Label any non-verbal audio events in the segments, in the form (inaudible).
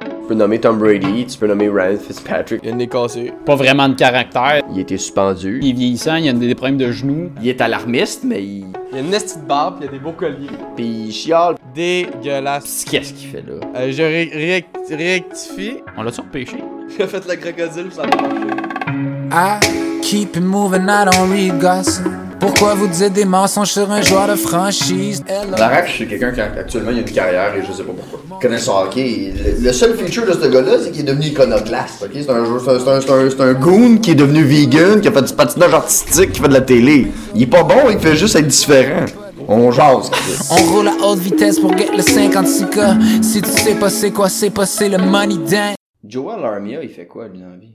Tu peux nommer Tom Brady, tu peux nommer Ryan Fitzpatrick. Il y a une nez cassée. Pas vraiment de caractère. Il a été suspendu. Il est vieillissant, il a des problèmes de genoux. Il est alarmiste, mais il. Il y a une petite de barbe, puis il y a des beaux colliers. Puis il chiale. Dégueulasse. Qu'est-ce qu'il fait? Il fait là. Euh, je ré- réact- rectifie. On l'a-tu repêché? J'ai fait le crocodile, ça a marché. I keep it moving, I don't read gossip. Pourquoi vous dites des mensonges sur un joueur de franchise? Hello. Larache, c'est quelqu'un qui a- actuellement il a une carrière et je sais pas pourquoi. Il connaît son hockey. Le, le seul feature de ce gars-là, c'est qu'il est devenu iconoclaste. ok? C'est un, joueur- c'est un, c'est un, c'est un, c'est un goon qui est devenu vegan, qui a fait du patinage artistique, qui fait de la télé. Il est pas bon, il fait juste être différent. On jase. Chris. On roule à haute vitesse pour get le 56K. Si tu sais pas c'est quoi, c'est pas c'est le money dent. Joel Armia, il fait quoi, lui, dans la vie?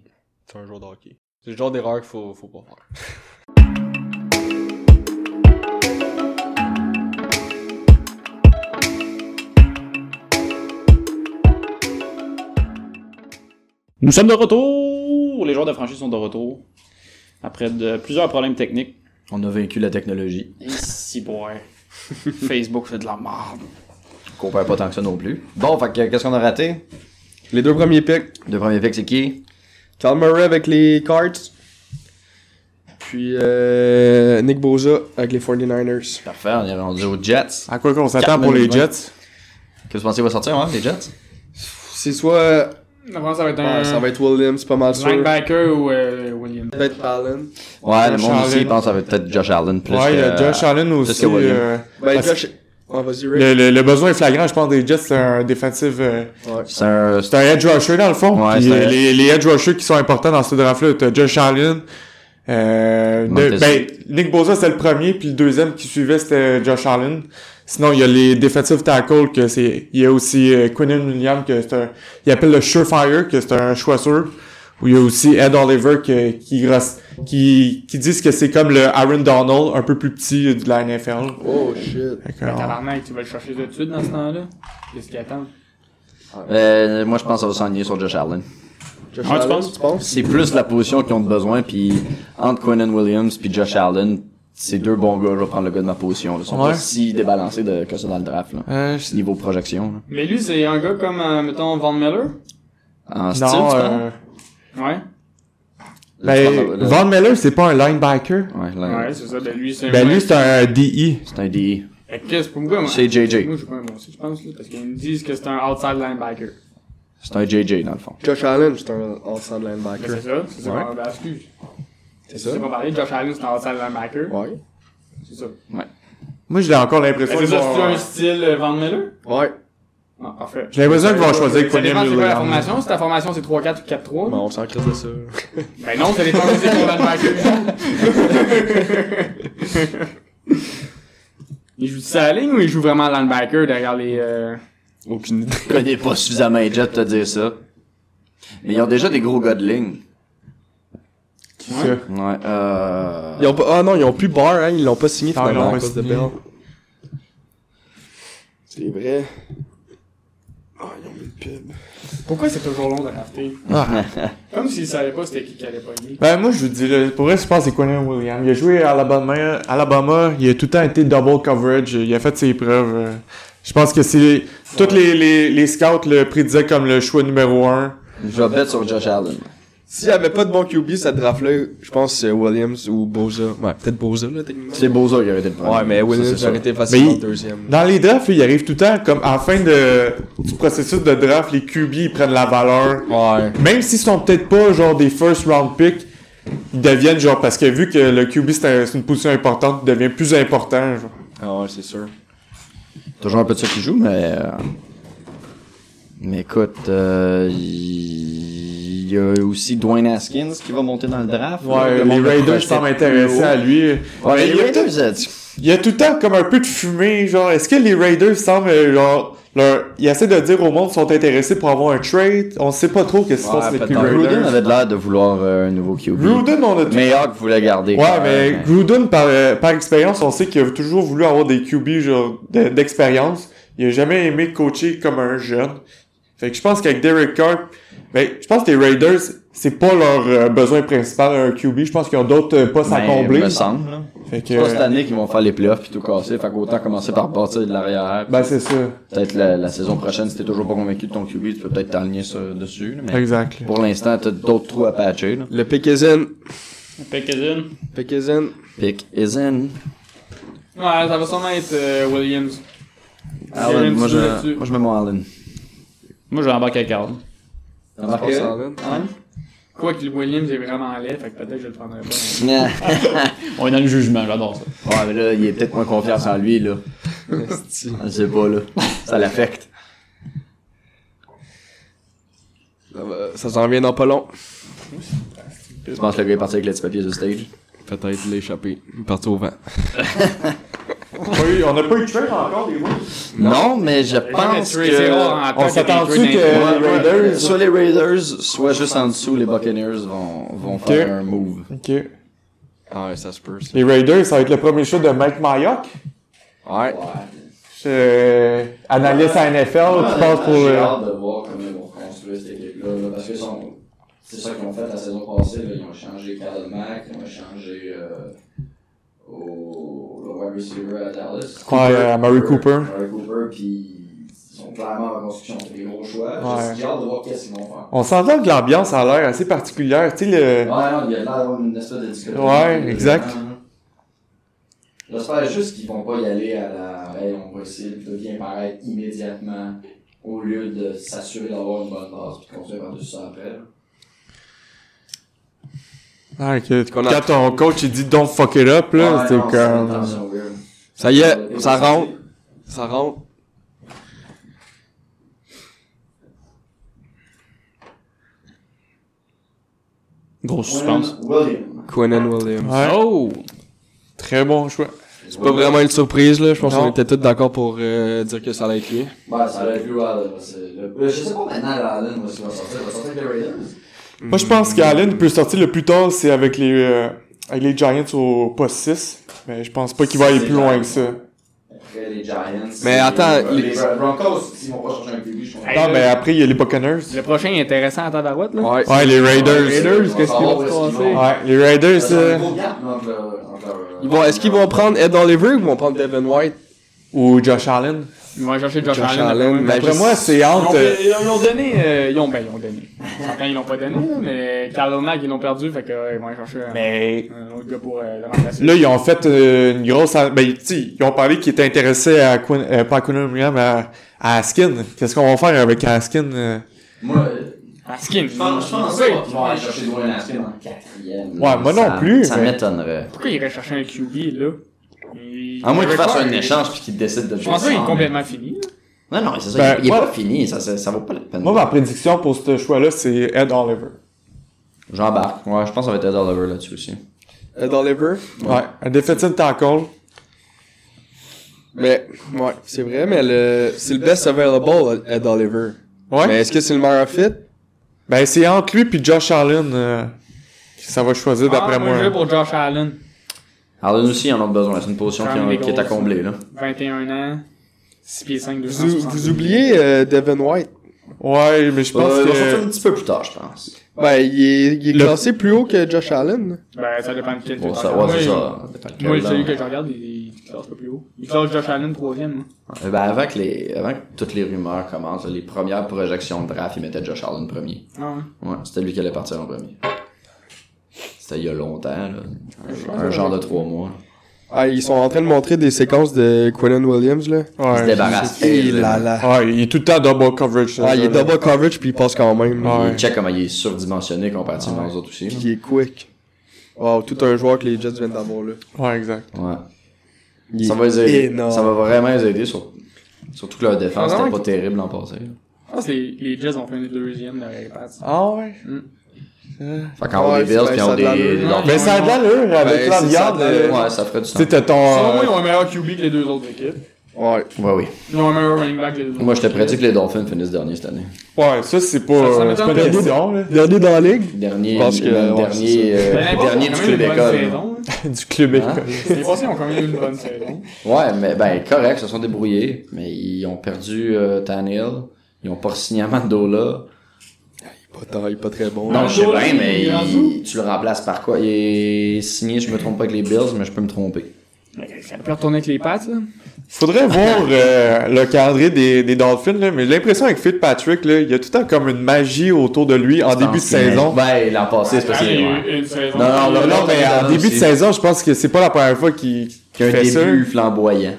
C'est un joueur de hockey. C'est le genre d'erreur qu'il faut, faut pas faire. Nous sommes de retour! Les joueurs de franchise sont de retour. Après de, plusieurs problèmes techniques. On a vaincu la technologie. Ici, boy. (laughs) Facebook fait de la merde. Qu'on perd pas tant que ça non plus. Bon, fait que, qu'est-ce qu'on a raté? Les deux premiers picks. Le premier pick, c'est qui? Cal Murray avec les Cards. Puis euh, Nick Boza avec les 49ers. Parfait, on est rendu aux Jets. À quoi qu'on s'attend pour les Jets? Qu'est-ce que vous pensez qu'il va sortir, hein, les Jets? C'est soit. Avant, ça va être Hmm. Ouais, un ça va être Williams, c'est pas mal sûr. linebacker ou euh, Williams. Peut-être Allen. Ouais, le Josh monde ici Allen. pense que ça va être peut-être Josh Allen plus Ouais, il y a que- Josh Allen plus aussi. que Williams. euh, Ben, parce- Josh. Ah, vas-y, Rick. le, le- le besoin est flagrant, je pense, des Jets, c'est un défensif. euh, C'est un... c'est un edge rusher dans le fond. Ouais, Puis, c'est euh, un- les, les edge rushers qui sont importants dans ce draft-là, t'as Josh Allen. Euh, Montez- de- ben, Nick Bosa c'était le premier, puis le deuxième qui suivait c'était euh, Josh Allen. Sinon il y a les defensive tackles que c'est, il y a aussi euh, Quinnen Williams que c'est un, il appelle le surefire que c'est un choix sûr. Ou il y a aussi Ed Oliver que- qui grosse- qui qui disent que c'est comme le Aaron Donald un peu plus petit euh, de la NFL. Oh shit. Fait que, Ben, on- Tabarnak, tu vas le chercher tout de suite dans ce temps-là? Qu'est-ce qu'il attend? Euh, moi, je pense que ça va s'ennuyer sur Josh Allen. Josh Ah, tu Allen, penses? tu penses? C'est plus la position qu'ils ont besoin, puis entre Quinnen Williams puis Josh Allen, c'est deux bons gars, je vais prendre le gars de ma position. là. Ils sont Ouais. pas si débalancés de, que ça dans le draft, là. Euh, je- Niveau projection, là. Mais lui, c'est un gars comme, euh, mettons, Von Miller? En style, non, tu euh, Ouais. penses? Là, tu ben, parles de- Von Miller c'est pas un linebacker. Ouais, là, Ouais, c'est ça. Ben, lui, c'est Ben un- lui c'est un E. DI. c'est un DI. Fait que Qu'est-ce pour moi? moi- C'est JJ. Moi, je moi aussi, je pense, là, parce qu'ils me disent que c'est un outside linebacker. C'est un JJ, dans le fond. Josh Allen, c'est un outside Ben, linebacker. c'est ça, c'est ça. qu'on- Ben, excuse. C'est ça. C'est qu'on parlait. Josh Allen, c'est un outside linebacker. Ouais. C'est ça. Ben, Moi j'ai encore l'impression C'est qu'ils ça, vont- c'est un style euh, Von Miller? Ah, Ouais. Non, parfait. J'ai l'impression qu'ils vont Ça choisir dépend c'est Quinnen quoi la Williams. formation. Si ta formation c'est 3-4 ou 4-3, Bon, on s'en crisse de ça. ben non, ça dépend aussi pour (laughs) linebacker. Il joue ça à la ligne ou il joue vraiment linebacker derrière les. Euh... Aucune idée. Je connais pas suffisamment les Jets pour te dire ça. Mais ils ont déjà des gros gars de ligne. ça? Ouais, euh... Ils ont pas... Ah non, ils ont plus Barr, hein. Ils l'ont pas signé Non, ils finalement l'ont à pas cause de signé. Bell. C'est vrai. Ah, ils ont mis le pub. Pourquoi c'est toujours long de rafter Comme s'il savait pas c'était qui qui allait pogner. Ben moi je vous dis là, pour vrai je pense que c'est Quinnen Williams. Il a joué à Alabama, Alabama, il a tout le temps été double coverage, il a fait ses preuves. euh. Je pense que c'est tous les, les, les scouts le prédisaient comme le choix numéro un. Je vais bet sur Josh Allen. S'il y avait pas de bon QB, cette draft-là, je pense que c'est Williams ou Boza. Ouais, peut-être Boza, là, techniquement. C'est Boza qui a été le premier. Ouais, mais Ça, Williams c'est aurait sûr. été facilement Mais il- deuxième. Dans les drafts, là, il arrive tout le temps comme à la fin de, du processus de draft, les QB ils prennent la valeur. Ouais. Même s'ils sont peut-être pas genre des first round picks, ils deviennent genre parce que vu que le QB c'est un- c'est une position importante, il devient plus important. Genre. Ah ouais, c'est sûr. Toujours un peu de ça qui joue, mais. euh, Mais écoute, euh, il y a aussi Dwayne Haskins qui va monter dans le draft. là, Ouais, le les monde Raiders projetait semblent plus intéressés haut. à lui. Ouais, Mais mais il, les y a tout, Raiders, euh, tu- il y a tout le temps comme un peu de fumée, genre, est-ce que les Raiders semblent, euh, genre, leur, ils essaient de dire au monde qu'ils sont intéressés pour avoir un trade, on sait pas trop qu'est-ce qui se passe avec les Peut-être. Gruden Raiders. avait de l'air de vouloir euh, un nouveau QB. Gruden, on a tout. Mais Hawk voulait garder. Ouais, hein. mais ben, Gruden, par, euh, par expérience, on sait qu'il a toujours voulu avoir des QB, genre, de- d'expérience. Il a jamais aimé coacher comme un jeune. Fait que je pense qu'avec Derek Carr, ben, je pense que les Raiders, c'est pas leur euh, besoin principal, un QB. Je pense qu'ils ont d'autres euh, postes à ça combler. Ben, me semble. là. Fait que, C'est pas hein. cette euh, année qu'ils vont faire les playoffs puis tout casser. Fait qu'autant commencer par partir de l'arrière. ben, c'est ça. Peut-être la, la saison prochaine, si t'es toujours pas convaincu de ton QB, tu peux peut-être t'aligner sur- dessus. là, Mais Exact. pour l'instant, t'as d'autres trous à patcher. Là. Le Pekezen. Pekesin. Pekezen. Pick is in. Ouais, ça va sûrement être euh, Williams. Allen, Ah moi je, là-dessus. moi je mets mon Allen. Moi, je l'embarque à Carl. Marqué? Quoi que le Williams est vraiment laid, fait que peut-être que je le prendrais pas. Ouais, On est dans le jugement, j'adore ça. mais là, il est peut-être moins confiance en lui, là. Je sais pas, là. Ça l'affecte. Ça va- Ça s'en vient dans pas long. Je pense que le gars est parti avec le petit papier sur stage. Peut-être l'échapper. Partir au vent. Pas eu- on n'a pas eu de trade encore, les gars. Non, mais je pense que... On s'attend-tu que les Raiders. Soit les Raiders, soit juste en dessous, les Buccaneers vont, vont faire un move. Ok. Ah ouais, ça se peut. ça. Les Raiders, ça va être le premier show de Mike Mayock. Ouais. Euh, analyste à NFL, qui passe Ah, pour. J'ai euh, hâte de voir comment ils vont reconstruire cette équipe-là, là, parce que son- c'est ça qu'ils ont fait la saison passée. là, ils ont changé Khalil Mack, ils ont changé euh, au le wide receiver à Dallas. Ouais, euh, à Murray Cooper. Murray Cooper, puis ils sont clairement en reconstruction. C'est des gros choix. Ouais. J'ai hâte de voir qu'est-ce qu'ils vont faire. On s'entend que l'ambiance a l'air assez particulière. Tu sais, le. Ouais, non, il y a l'air d'avoir une espèce de discothèque. Ouais, exact. J'espère juste qu'ils vont pas y aller à la. Hey, on va essayer de bien paraître immédiatement au lieu de s'assurer d'avoir une bonne base puis de construire par-dessus ça après. là. Ah, que- qu'on a- Quand ton coach il dit don't fuck it up, là, Ouais, c'est non, une comme. tension weird. Ben, Ça y est, ça rentre. Ça rentre. Grosse suspense. William. Quinnen Williams. Ouais, Oh! très bon choix. C'est pas vraiment une surprise, là. Je pense Non. qu'on était tous d'accord pour euh, dire que ça allait être lui. Ouais, Ben, ça aurait pu Allen. parce que le- le- Je sais pas maintenant, Allen, où est-ce qu'il va sortir. Il va sortir avec les Raiders. Moi, je pense qu'Allen peut sortir le plus tard, c'est avec les, euh, avec les Giants au poste 6. Mais je pense pas qu'il va aller plus loin que ça. Après les Giants. Mais les- attends, Les, les- Broncos, s'ils vont pas changer un QB, je pense. Non, mais après, il y a les Buccaneers. Le prochain est intéressant à Tabarouette, là. Ouais. Ouais, les Raiders. Raiders, qu'est-ce qu'ils vont se passer? Ouais, les Raiders. euh, euh, Ils vont, est-ce qu'ils vont prendre Ed Oliver ou ils vont prendre Devin White? ou Josh Allen. Ils vont chercher Josh, Josh Allen. Allen. Mais Ben, Après je- moi, c'est Ils l'ont- entre. euh, Ils l'ont donné, euh, ils ont, ben, ils l'ont donné. Enfin, ils l'ont pas donné, là, mais Carl Mack, ils l'ont perdu, fait que, euh, ils vont aller chercher un, Mais un autre gars pour euh, le remplacer. là, ils ont fait euh, une grosse. Ben, tu sais, ils ont parlé qu'ils étaient intéressés à Quinn, euh, pas à Quinn Williams, à, à Askin. Qu'est-ce qu'on va faire avec Askin euh? Moi, Ah, skin. je pense, je pense pas qu'ils vont aller chercher Dwayne Haskins en quatrième. Ouais, moi non plus, Ça mais- m'étonnerait. Pourquoi irait chercher un QB, là? Il- À moins il qu'ils fassent avait un pas- échange puis qu'ils décident de Je pense qu'il jouer est sans, complètement fini. mais- Non, non, c'est ça. Ben, il est moi- pas fini. Ça, ça, ça vaut pas la peine. Moi, ben- ma prédiction pour ce choix-là, c'est Ed Oliver. J'embarque. Ouais, je pense qu'on va être Ed Oliver là-dessus aussi. Ed Oliver? Ouais, un defensive tackle. Mais, ouais, c'est vrai, mais le, c'est le best available, Ed Oliver. Ouais. Mais est-ce que c'est le meilleur fit? Ben, c'est entre lui puis Josh Allen euh, que ça va choisir d'après Ah, Je moi. vais pour Josh Allen. Allen aussi, ils en ont besoin. C'est une position qui, Comme les qui est à Eagles. combler, là. 21 ans, 6 pieds 5, Vous, 200. vous oubliez euh, Devin White? Ouais, mais je pense Euh, il va sortir que. un petit peu plus tard, je pense. Ben, il est, il est Le- classé plus haut que Josh Allen. Ben, ça dépend de quel Bon, tu ça, ouais, regardes. c'est Moi, ça. Dépend de Moi, quel, celui là. que je regarde, il il classe pas plus haut. Il classe Josh Allen hein. 3ème. Euh, Ben, avant que, les, avant que toutes les rumeurs commencent, les premières projections de draft, ils mettaient Josh Allen premier. Ah ouais. Ouais, c'était lui qui allait partir en premier. C'était il y a longtemps, là. Un, un genre de trois mois. Ah, ils sont en train de montrer des séquences de Quinnen Williams, là. Il se Ouais. débarrasse. Et aisément. là là. Ouais, il est tout le temps double coverage. ce Ah, il est gars-là. double coverage puis il passe quand même. Ouais. Il check comment il est surdimensionné comparativement aux autres aussi. Puis là. il est quick. Wow, tout un joueur que les Jets viennent d'avoir, là. Ouais, exact. Ouais. Il Ça est va les aider. énorme. Ça va vraiment les aider, sur- surtout que leur défense Ah, ouais. n'était pas terrible l'an passé. là. Je pense que les, les Jets ont fait une deuxième derrière les Pats. Ah ouais. Fait qu'en haut Ouais, des Bills, c'est- puis ça en a haut de des. l'allure. leurs- Mais ça a de l'allure Ah, avec Ben, c'est ça l'ambiance. de l'allure. euh, Ouais, ça ferait du Tu sens. sais, t'as ton. Selon moi, euh, ils ont un meilleur QB que les deux autres équipes. Ouais. Ouais, oui. Ils ont un meilleur running back que les deux autres Moi, je te prédis équipes. que les Dolphins finissent dernier cette année. Ouais, ça, c'est pas, Ça- ça euh, c'est m'étonne pas pas. une question, là. Dernier dans la ligue? Dernier, Je pense que, même ouais, dernier, euh, Ben, Mais n'importe, dernier ils ont Ben, quand même du club une bonne école. saison, (laughs) hein. du club Hein? école. Les Français ont quand même eu une bonne saison. Ouais, mais ben correct, se sont débrouillés, mais ils ont perdu euh, Tannehill, ils ont pas signé Amandola. Pas taille, pas très bon. Non, je sais bien, mais Il est rendu il- tu le remplaces par quoi? Il est signé, je me trompe pas avec les Bills, mais je peux me tromper. Il peut retourner avec les pattes, là. Faudrait voir euh, le calendrier des, des Dolphins, là, mais j'ai l'impression avec Fitzpatrick, là, il y a tout le temps comme une magie autour de lui en Je début de pense qu'il est- saison. Ben, l'an passé, c'est parce Ah, Il y a eu que. une saison. Non, non, Non, non, mais en Non, début de c'est- saison, je pense que c'est pas la première fois qu'il qu'il Qu'il y a un fait ça. début flamboyant.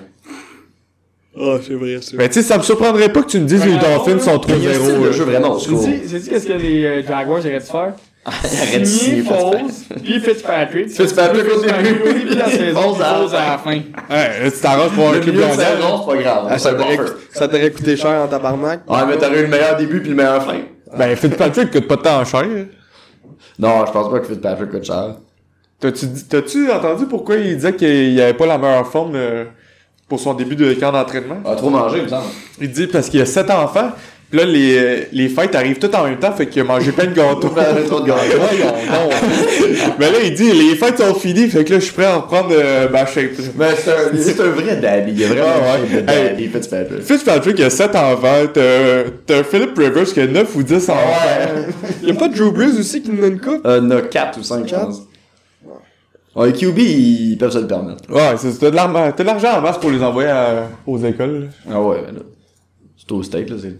Ah, c'est vrai, ça. Mais Ben, tu sais, ça me surprendrait pas que tu me dises que les Ouais, Dolphins sont 3-0. Il y a un euh, style de là. jeu vraiment au J'ai score. dit, j'ai dit qu'est-ce que les euh, Jaguars auraient dû (laughs) faire? Ah, Arrête de signer, Signer Fitzpatrick. Foles, puis Fitzpatrick. Fitzpatrick au début, Au début de la puis saison, Foles puis à la Foles à la fin. Ouais, là, tu t'arranges pour un Le club milieu de mondial. saison, c'est pas grave. Ah, C'est ça un t'aurait buffer. coûté- ça t'aurait coûté cher en tabarnak. Ouais, mais t'aurais eu le meilleur début puis le meilleur fin. Ben, Fitzpatrick coûte pas de temps cher. Non, je pense pas que Fitzpatrick coûte cher. T'as-tu dit- T'as-tu entendu pourquoi il disait qu'il avait pas la meilleure forme euh, pour son début de camp d'entraînement? A Ah, trop mangé, il me semble. Il dit parce qu'il y a 7 enfants, pis là, les, euh, les fêtes arrivent toutes en même temps, fait qu'il a mangé plein de gâteaux. (laughs) trop de gâteaux. (laughs) Mais là, il dit, les fêtes sont finies, fait que là, je suis prêt à reprendre euh, ma shape. Mais c'est un, c'est un vrai daddy. Il est vraiment Ah, un ouais. vrai daddy, Fitzpatrick. Fitzpatrick, il a 7 enfants, t'as t'as Philip Rivers qui a 9 ou 10 enfants. Y'a pas Drew Brees aussi qui nous donne une coupe? Euh, non, 4 ou 5, je Quatre? pense. Ouais, QB, ils peuvent se le permettre. Ouais, c'est- t'as de l'arma- t'as de l'argent en masse pour les envoyer à- aux écoles. là. Ah ouais, mais là. C'est au steak, là, c'est.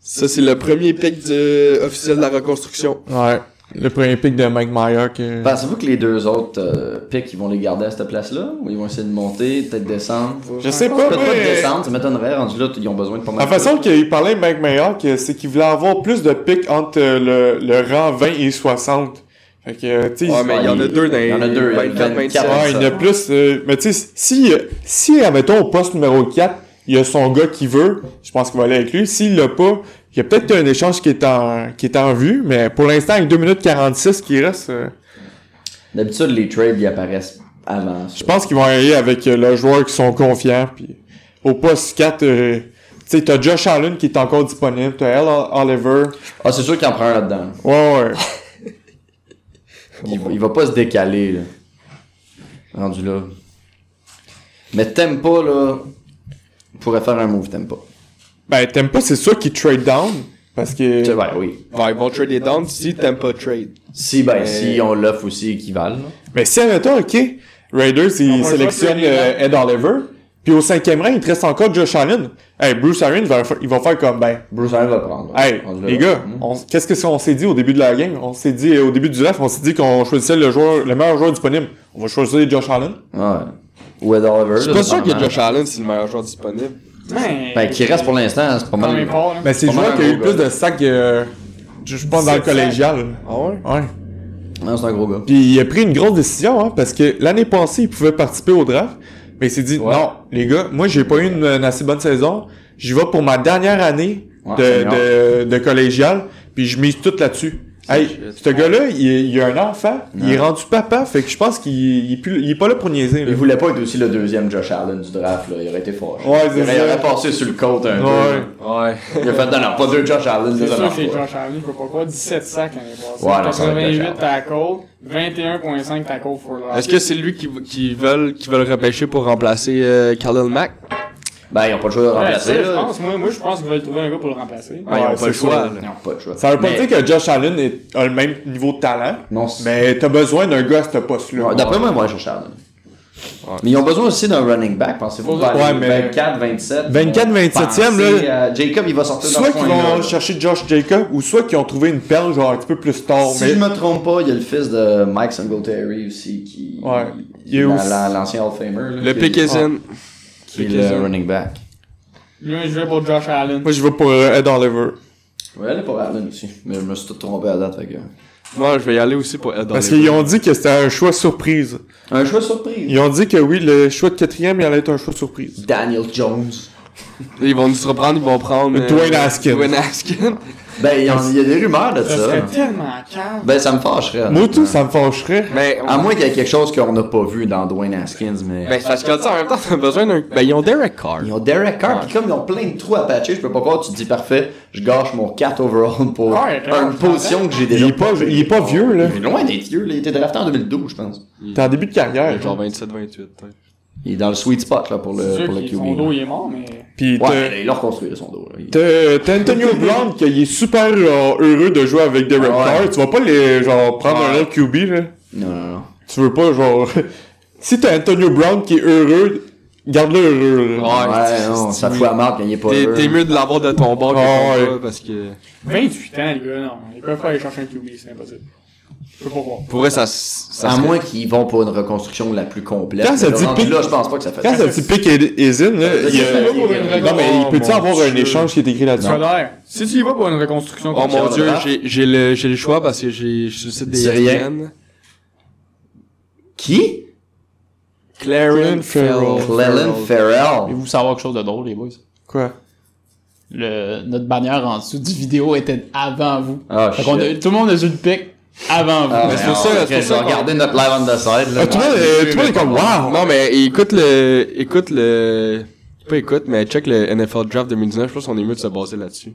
Ça, c'est le premier pic du... euh, officiel de la reconstruction. Ouais. Le premier pic de Mike euh. Mayer que... Pensez-vous que les deux autres euh, picks, ils vont les garder à cette place-là Ou ils vont essayer de monter, peut-être descendre Je sais pas, Peut-être pas de mais... descendre, ça m'étonnerait. Rendu là, t- ils ont besoin de pas mal La de façon qu'il parlait de Mike Mayock, euh, c'est qu'il voulait avoir plus de pics entre euh, le, le rang 20 et 60. Fait que, euh, tu sais, Ouais, mais Ah, il y en a deux dans les Il y en a deux, il y en a 24, 24. 27. ouais, il y en a plus. euh, mais tu sais, si, euh, si, admettons, au poste numéro 4, il y a son gars qui veut, je pense qu'il va aller avec lui. S'il l'a pas, il y a peut-être un échange qui est en, qui est en vue, mais pour l'instant, avec 2 minutes 46 qui reste, euh, D'habitude, les trades, ils apparaissent avant. je pense qu'ils vont aller avec euh, le joueur qui sont confiants. Puis au poste 4, euh, tu sais, t'as Josh Allen qui est encore disponible, t'as Al Oliver. Ah, c'est sûr qu'il en prend un là-dedans. Ouais, ouais. Il, va- il va pas se décaler, là. Rendu là. Mais Tempa, là, pourrait faire un move Tempa. Ben, t'aimes pas, c'est sûr qu'il trade down. Parce que. Tu sais, Ouais, oui. Ouais, ils vont trade les downs si t'aimes pas trade. Si, ben, si on l'offre aussi équivalent. Mais si, admettons, ok, Raiders, ils sélectionnent euh, Ed Oliver. Puis au cinquième rang, il te reste encore Josh Allen. Hey, Bruce Allen, il va fa- ils vont faire comme, ben, Bruce Allen va prendre. là. hey, Rendu là. les gars, Mhm. on- qu'est-ce que c'est- on s'est dit au début de la game? On s'est dit, euh, au début du draft, on s'est dit qu'on choisissait le joueur, le meilleur joueur disponible. On va choisir Josh Allen. Ouais. Ou Ed Oliver. Je suis là, pas sûr que dépendamment. Josh Allen, c'est le meilleur joueur disponible. Ben, Ben, qui reste pour l'instant, c'est pas quand mal. même fort, là. Mais Ben, c'est le Pas mal joueur qui a un eu le gros plus gars. de sacs, euh, je je pense, dans le collégial. Ah ouais? Ouais. Non, c'est un gros gars. Puis il a pris une grosse décision, hein, parce que l'année passée, il pouvait participer au draft, mais il s'est dit, non, les gars, moi, j'ai pas eu une, une assez bonne saison, j'y vais pour ma dernière année Ouais, de, de, de collégial, puis je mise tout là-dessus. Hey, ce gars-là, il, est- il a un enfant, il est rendu papa, fait que je pense qu'il il est, plus- il est pas là pour niaiser. là. Il voulait pas être aussi le deuxième Josh Allen du draft, là. Il aurait été fort. Ouais, c'est il ça. aurait, il aurait passé sur le côte un Ouais. peu. là. Il a fait, non, non, pas deux Josh Allen, C'est deux sûr que Allen. c'est Josh Allen, je peux pas croire. 17 sacs l'année passée. Ouais, non, ça va être 88 Josh tackles, 21.5 tackles for loss. Est-ce que c'est lui qui, qui veulent, qui veulent repêcher pour remplacer euh, Khalil Mack? Ben, ils ont pas le choix de le remplacer, remplacer, je là. pense, moi, moi, je pense qu'ils veulent trouver un gars pour le remplacer. Ouais, ils ont Ouais, pas le c'est choix, sûr. là. Ils ont pas le choix. Ça veut pas Mais- dire que Josh Allen est- a le même niveau de talent, Non, c'est- mais t'as besoin d'un gars à ce poste-là. Ouais, D'après moi, ils vont aller chercher Allen. Mais ils ont besoin aussi d'un running back, pensez-vous. Ouais, Ouais, mais- 24, 27. 24, ils vont 27e, penser à Jacob, il va sortir dans Soit le qu'ils coin, là. vont chercher Josh Jacob, ou soit qu'ils ont trouvé une perle genre un petit peu plus tard. Si mais... je me trompe pas, il y a le fils de Mike Singletary aussi qui. Ouais. qui- Il Ah, y a la- aussi- la- L'ancien Hall of Famer. là, Le qui- pick is in. Qui est le running back. Lui, je vais pour Josh Allen. Moi, je vais pour euh, Ed Oliver. Ouais, elle est pour Allen aussi. Mais je me suis tout trompé à date. Fait que... Moi, je vais y aller aussi pour Ed Parce Oliver. qu'ils ont dit que c'était un choix surprise. Un choix surprise. Ils ont dit que oui, le choix de quatrième, il allait être un choix surprise. Daniel Jones. Ils vont nous surprendre, ils vont prendre. euh, Dwayne Haskins. Dwayne Haskins. Ben, il y, en- il y a des rumeurs de Ça ça. serait tellement calme. Ben, ça me fâcherait. Moi, tout, ça me fâcherait. Mais, À moins qu'il y ait quelque chose qu'on n'a pas vu dans Dwayne Haskins, mais. euh, ben, c'est parce qu'en même temps, t'as besoin d'un. Ben, ils ont Derek Carr. Ils ont Derek Carr, puis comme ils ont plein de trous à patcher, je peux pas croire que tu te dis parfait, je gâche mon 4 overall pour Ouais, clairement, une je comprends. position que j'ai Il déjà. est pas, il est pas vieux, là. Il est loin d'être vieux, là. il était drafté en 2012, je pense. T'es en début de carrière. Genre 27-28, peut-être. Il est dans le sweet spot là, pour C'est le, sûr pour le que son QB. dos là. il est mort, mais. Puis t'as- Ouais, il a reconstruit là, son dos. là. Il- t'as t'as Antonio (laughs) Brown qui est super genre, heureux de jouer avec des Carr. Tu vas pas les genre prendre un autre QB là. Non, non, non. Tu veux pas genre. (laughs) si t'as Antonio Brown qui est heureux, garde-le heureux. là. Ouais, ben non, ça fout la marque hein. quand il est pas T'es heureux. t'es mieux de l'avoir de ton bord que Ah, ton ouais. bas, parce que. 28 ans, les gars, non. Ils peuvent pas aller chercher un QB, c'est impossible. Je peux pas voir. Pour vrai, ça. s- ça à serait- moins qu'ils vont pour une reconstruction la plus complète. Quand Mais ça là, dit rendu pic- là, je pense pas que ça fait Quand ça. ce petit pic est is in, là, il y a- Euh, Non, mais il peut-tu Oh, avoir mon un Dieu. échange qui est écrit là-dessus? Scolaire. Si tu y vas pour une reconstruction Oh comme ça, mon dieu, draft. j'ai- j'ai le, j'ai le choix parce que j'ai je suis sur le site des C'est rien. ESPN. Qui? Clarence Farrell. Clellan Farrell. Voulez-vous savoir quelque chose de drôle, les boys? Quoi? Le, notre bannière en dessous du vidéo était avant vous. Ah, Fait qu'on a- shit. tout le monde a eu le pic avant vous. Ah, mais c'est pour ça, c'est pour J'ai ça qu'on- regardé notre live on the side. là. Ah, tout le monde, euh, tout le monde est comme, waouh! Non mais écoute le écoute le pas écoute mais check le NFL Draft 2019, je pense qu'on est mieux de se baser là-dessus.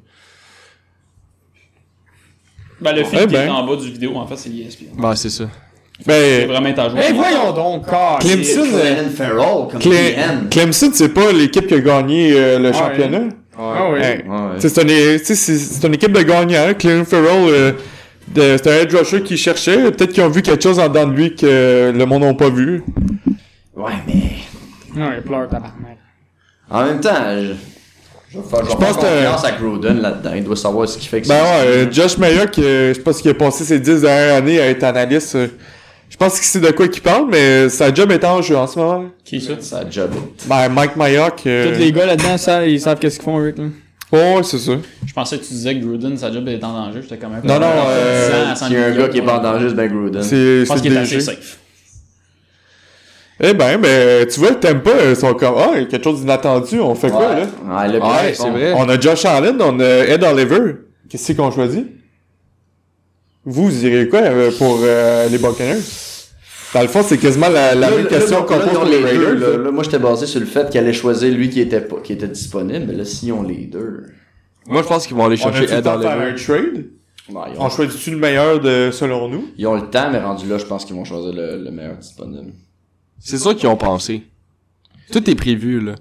Ben, le Eh film qui ben. est en bas du vidéo, en fait, c'est Eh. ESPN. Bah c'est ça. C'est Ben, vraiment étagé. Eh, voyons donc, car. Clemson, euh, Clellan Farrell comme Cle- GM. Clemson, c'est pas l'équipe qui a gagné euh, le championnat. Ah oui. Hey, Ouais. tu sais, C'est une, tu sais, c'est- c'est une équipe de gagnants. hein. Clelin Farrell, euh, de- c'est un edge rusher qui cherchait. Peut-être qu'ils ont vu quelque chose en dedans de lui que euh, le monde n'a pas vu. Ouais, mais Non, il pleure, tabarnak. en même temps, je, je vais faire je pense pense que- confiance à Gruden là-dedans. Il doit savoir ce qu'il fait. que Ben ça- ouais, euh, Josh Mayock, euh, je pense qu'il a passé ses 10 dernières années à être analyste. euh, je pense qu'il sait de quoi qu'il parle, mais euh, sa job est en jeu en ce moment. Qui ça? Ça job. Ben, Mike Mayock. euh, gars là-dedans, ça, ils savent qu'est-ce qu'ils font, Rick, là. Ouais, ouais, c'est ça. Je pensais que tu disais que Gruden, sa job était en danger. J'étais quand même. Non, non, euh, S'il y a un gars qui est pas en danger, c'est Ben Gruden. C'est Je pense c'est qu'il est DG. assez safe. Eh ben, ben, tu vois, t'aimes pas, ils sont comme, ah, il y a quelque chose d'inattendu, on fait quoi, là? Ouais, là, puis Ouais, ils c'est font- vrai. On a Josh Allen, on a Ed Oliver. Qu'est-ce qu'on choisit? Vous, vous direz quoi euh, pour euh, les Buccaneers? Dans le fond, c'est quasiment la, la Là, même là, question là, qu'on là, pose ils ont pour les les deux, Raiders. là. là. Là, moi, j'étais basé sur le fait qu'il allait choisir lui qui était, pas, qui était disponible. Mais là, s'ils ont les deux. Moi je pense qu'ils vont aller On a-tu chercher le Ed temps de faire un Oliver. trade? ouais, ils, ont, On choisit-tu le meilleur de, selon nous? ils ont le temps, mais rendu là, je pense qu'ils vont choisir le, le meilleur disponible. C'est sûr qu'ils ont pensé. Tout est prévu là.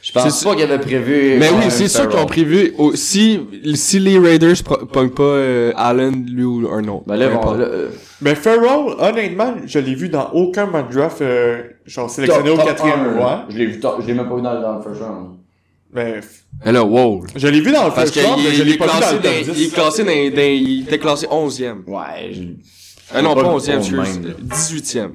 Je pense C'est- pas qu'ils avaient prévu. Mais oui, Colin c'est sûr Farrell. qu'ils ont prévu au- si si les Raiders pro- pognent pas euh, Allen lui ou un autre. Ben là, peu bon, importe. là, euh, Mais Farrell, honnêtement, je l'ai vu dans aucun mock draft, euh, genre sélectionné top- au top quatrième un, rang. Je l'ai vu top- je l'ai même pas vu dans, dans le first round. Mais Ben, f- Mais là, wow. je l'ai vu dans le Parce first qu'il round, mais je il l'ai est pas vu dans classé le top dans- 10. il est classé dans- dans- il était classé 11e. Ouais, je- Ah non, Pas pas le 11e, bon excuse. même, là. 18e.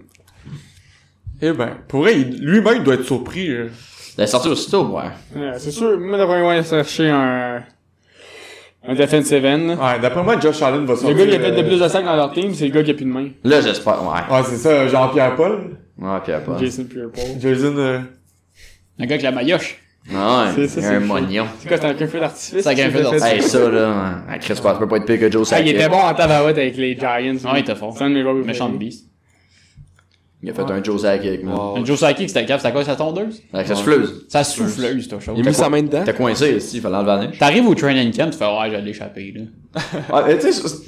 Eh ben, pour vrai, il- lui-même il doit être surpris. euh. Il est Ben, sorti aussitôt, ouais. Ouais, c'est sûr, moi, d'après moi, ils chercher un. Un defensive end. Ouais, d'après moi, Josh Allen va Le sortir. gars qui a fait euh, le plus de sacs dans leur team, c'est le gars qui a plus de main. Là, j'espère, ouais. Ouais, Ah, c'est ça, Jean-Pierre Paul. Ouais, puis après. Jason Pierre-Paul. Jason. euh, Un gars avec la maillotche. Non, C'est Ah ouais, ça, il y c'est a un le moignon. (laughs) C'est quoi, t'as un feu d'artifice? Ça a un feu d'artifice. Hey, ça, là, hein, Chris Paul, tu peux pas être pire que Joe Ah, il Sakic. était bon en tabarouette avec les Giants. Non, il était fort. C'est un de mes joueurs Méchant de préférés. beast. Il a fait un Joe Sakic, man. Wow. Un Joe Saki, c'était cap, c'était quoi sa tondeuse? Avec sa souffleuse. Ça souffleuse, toi, Il chose. a mis sa main dedans. T'as coincé, ici, il fallait enlever la neige. T'arrives au training camp, tu fais ouais, j'allais échapper, là. Ah, mais tu sais, c'est-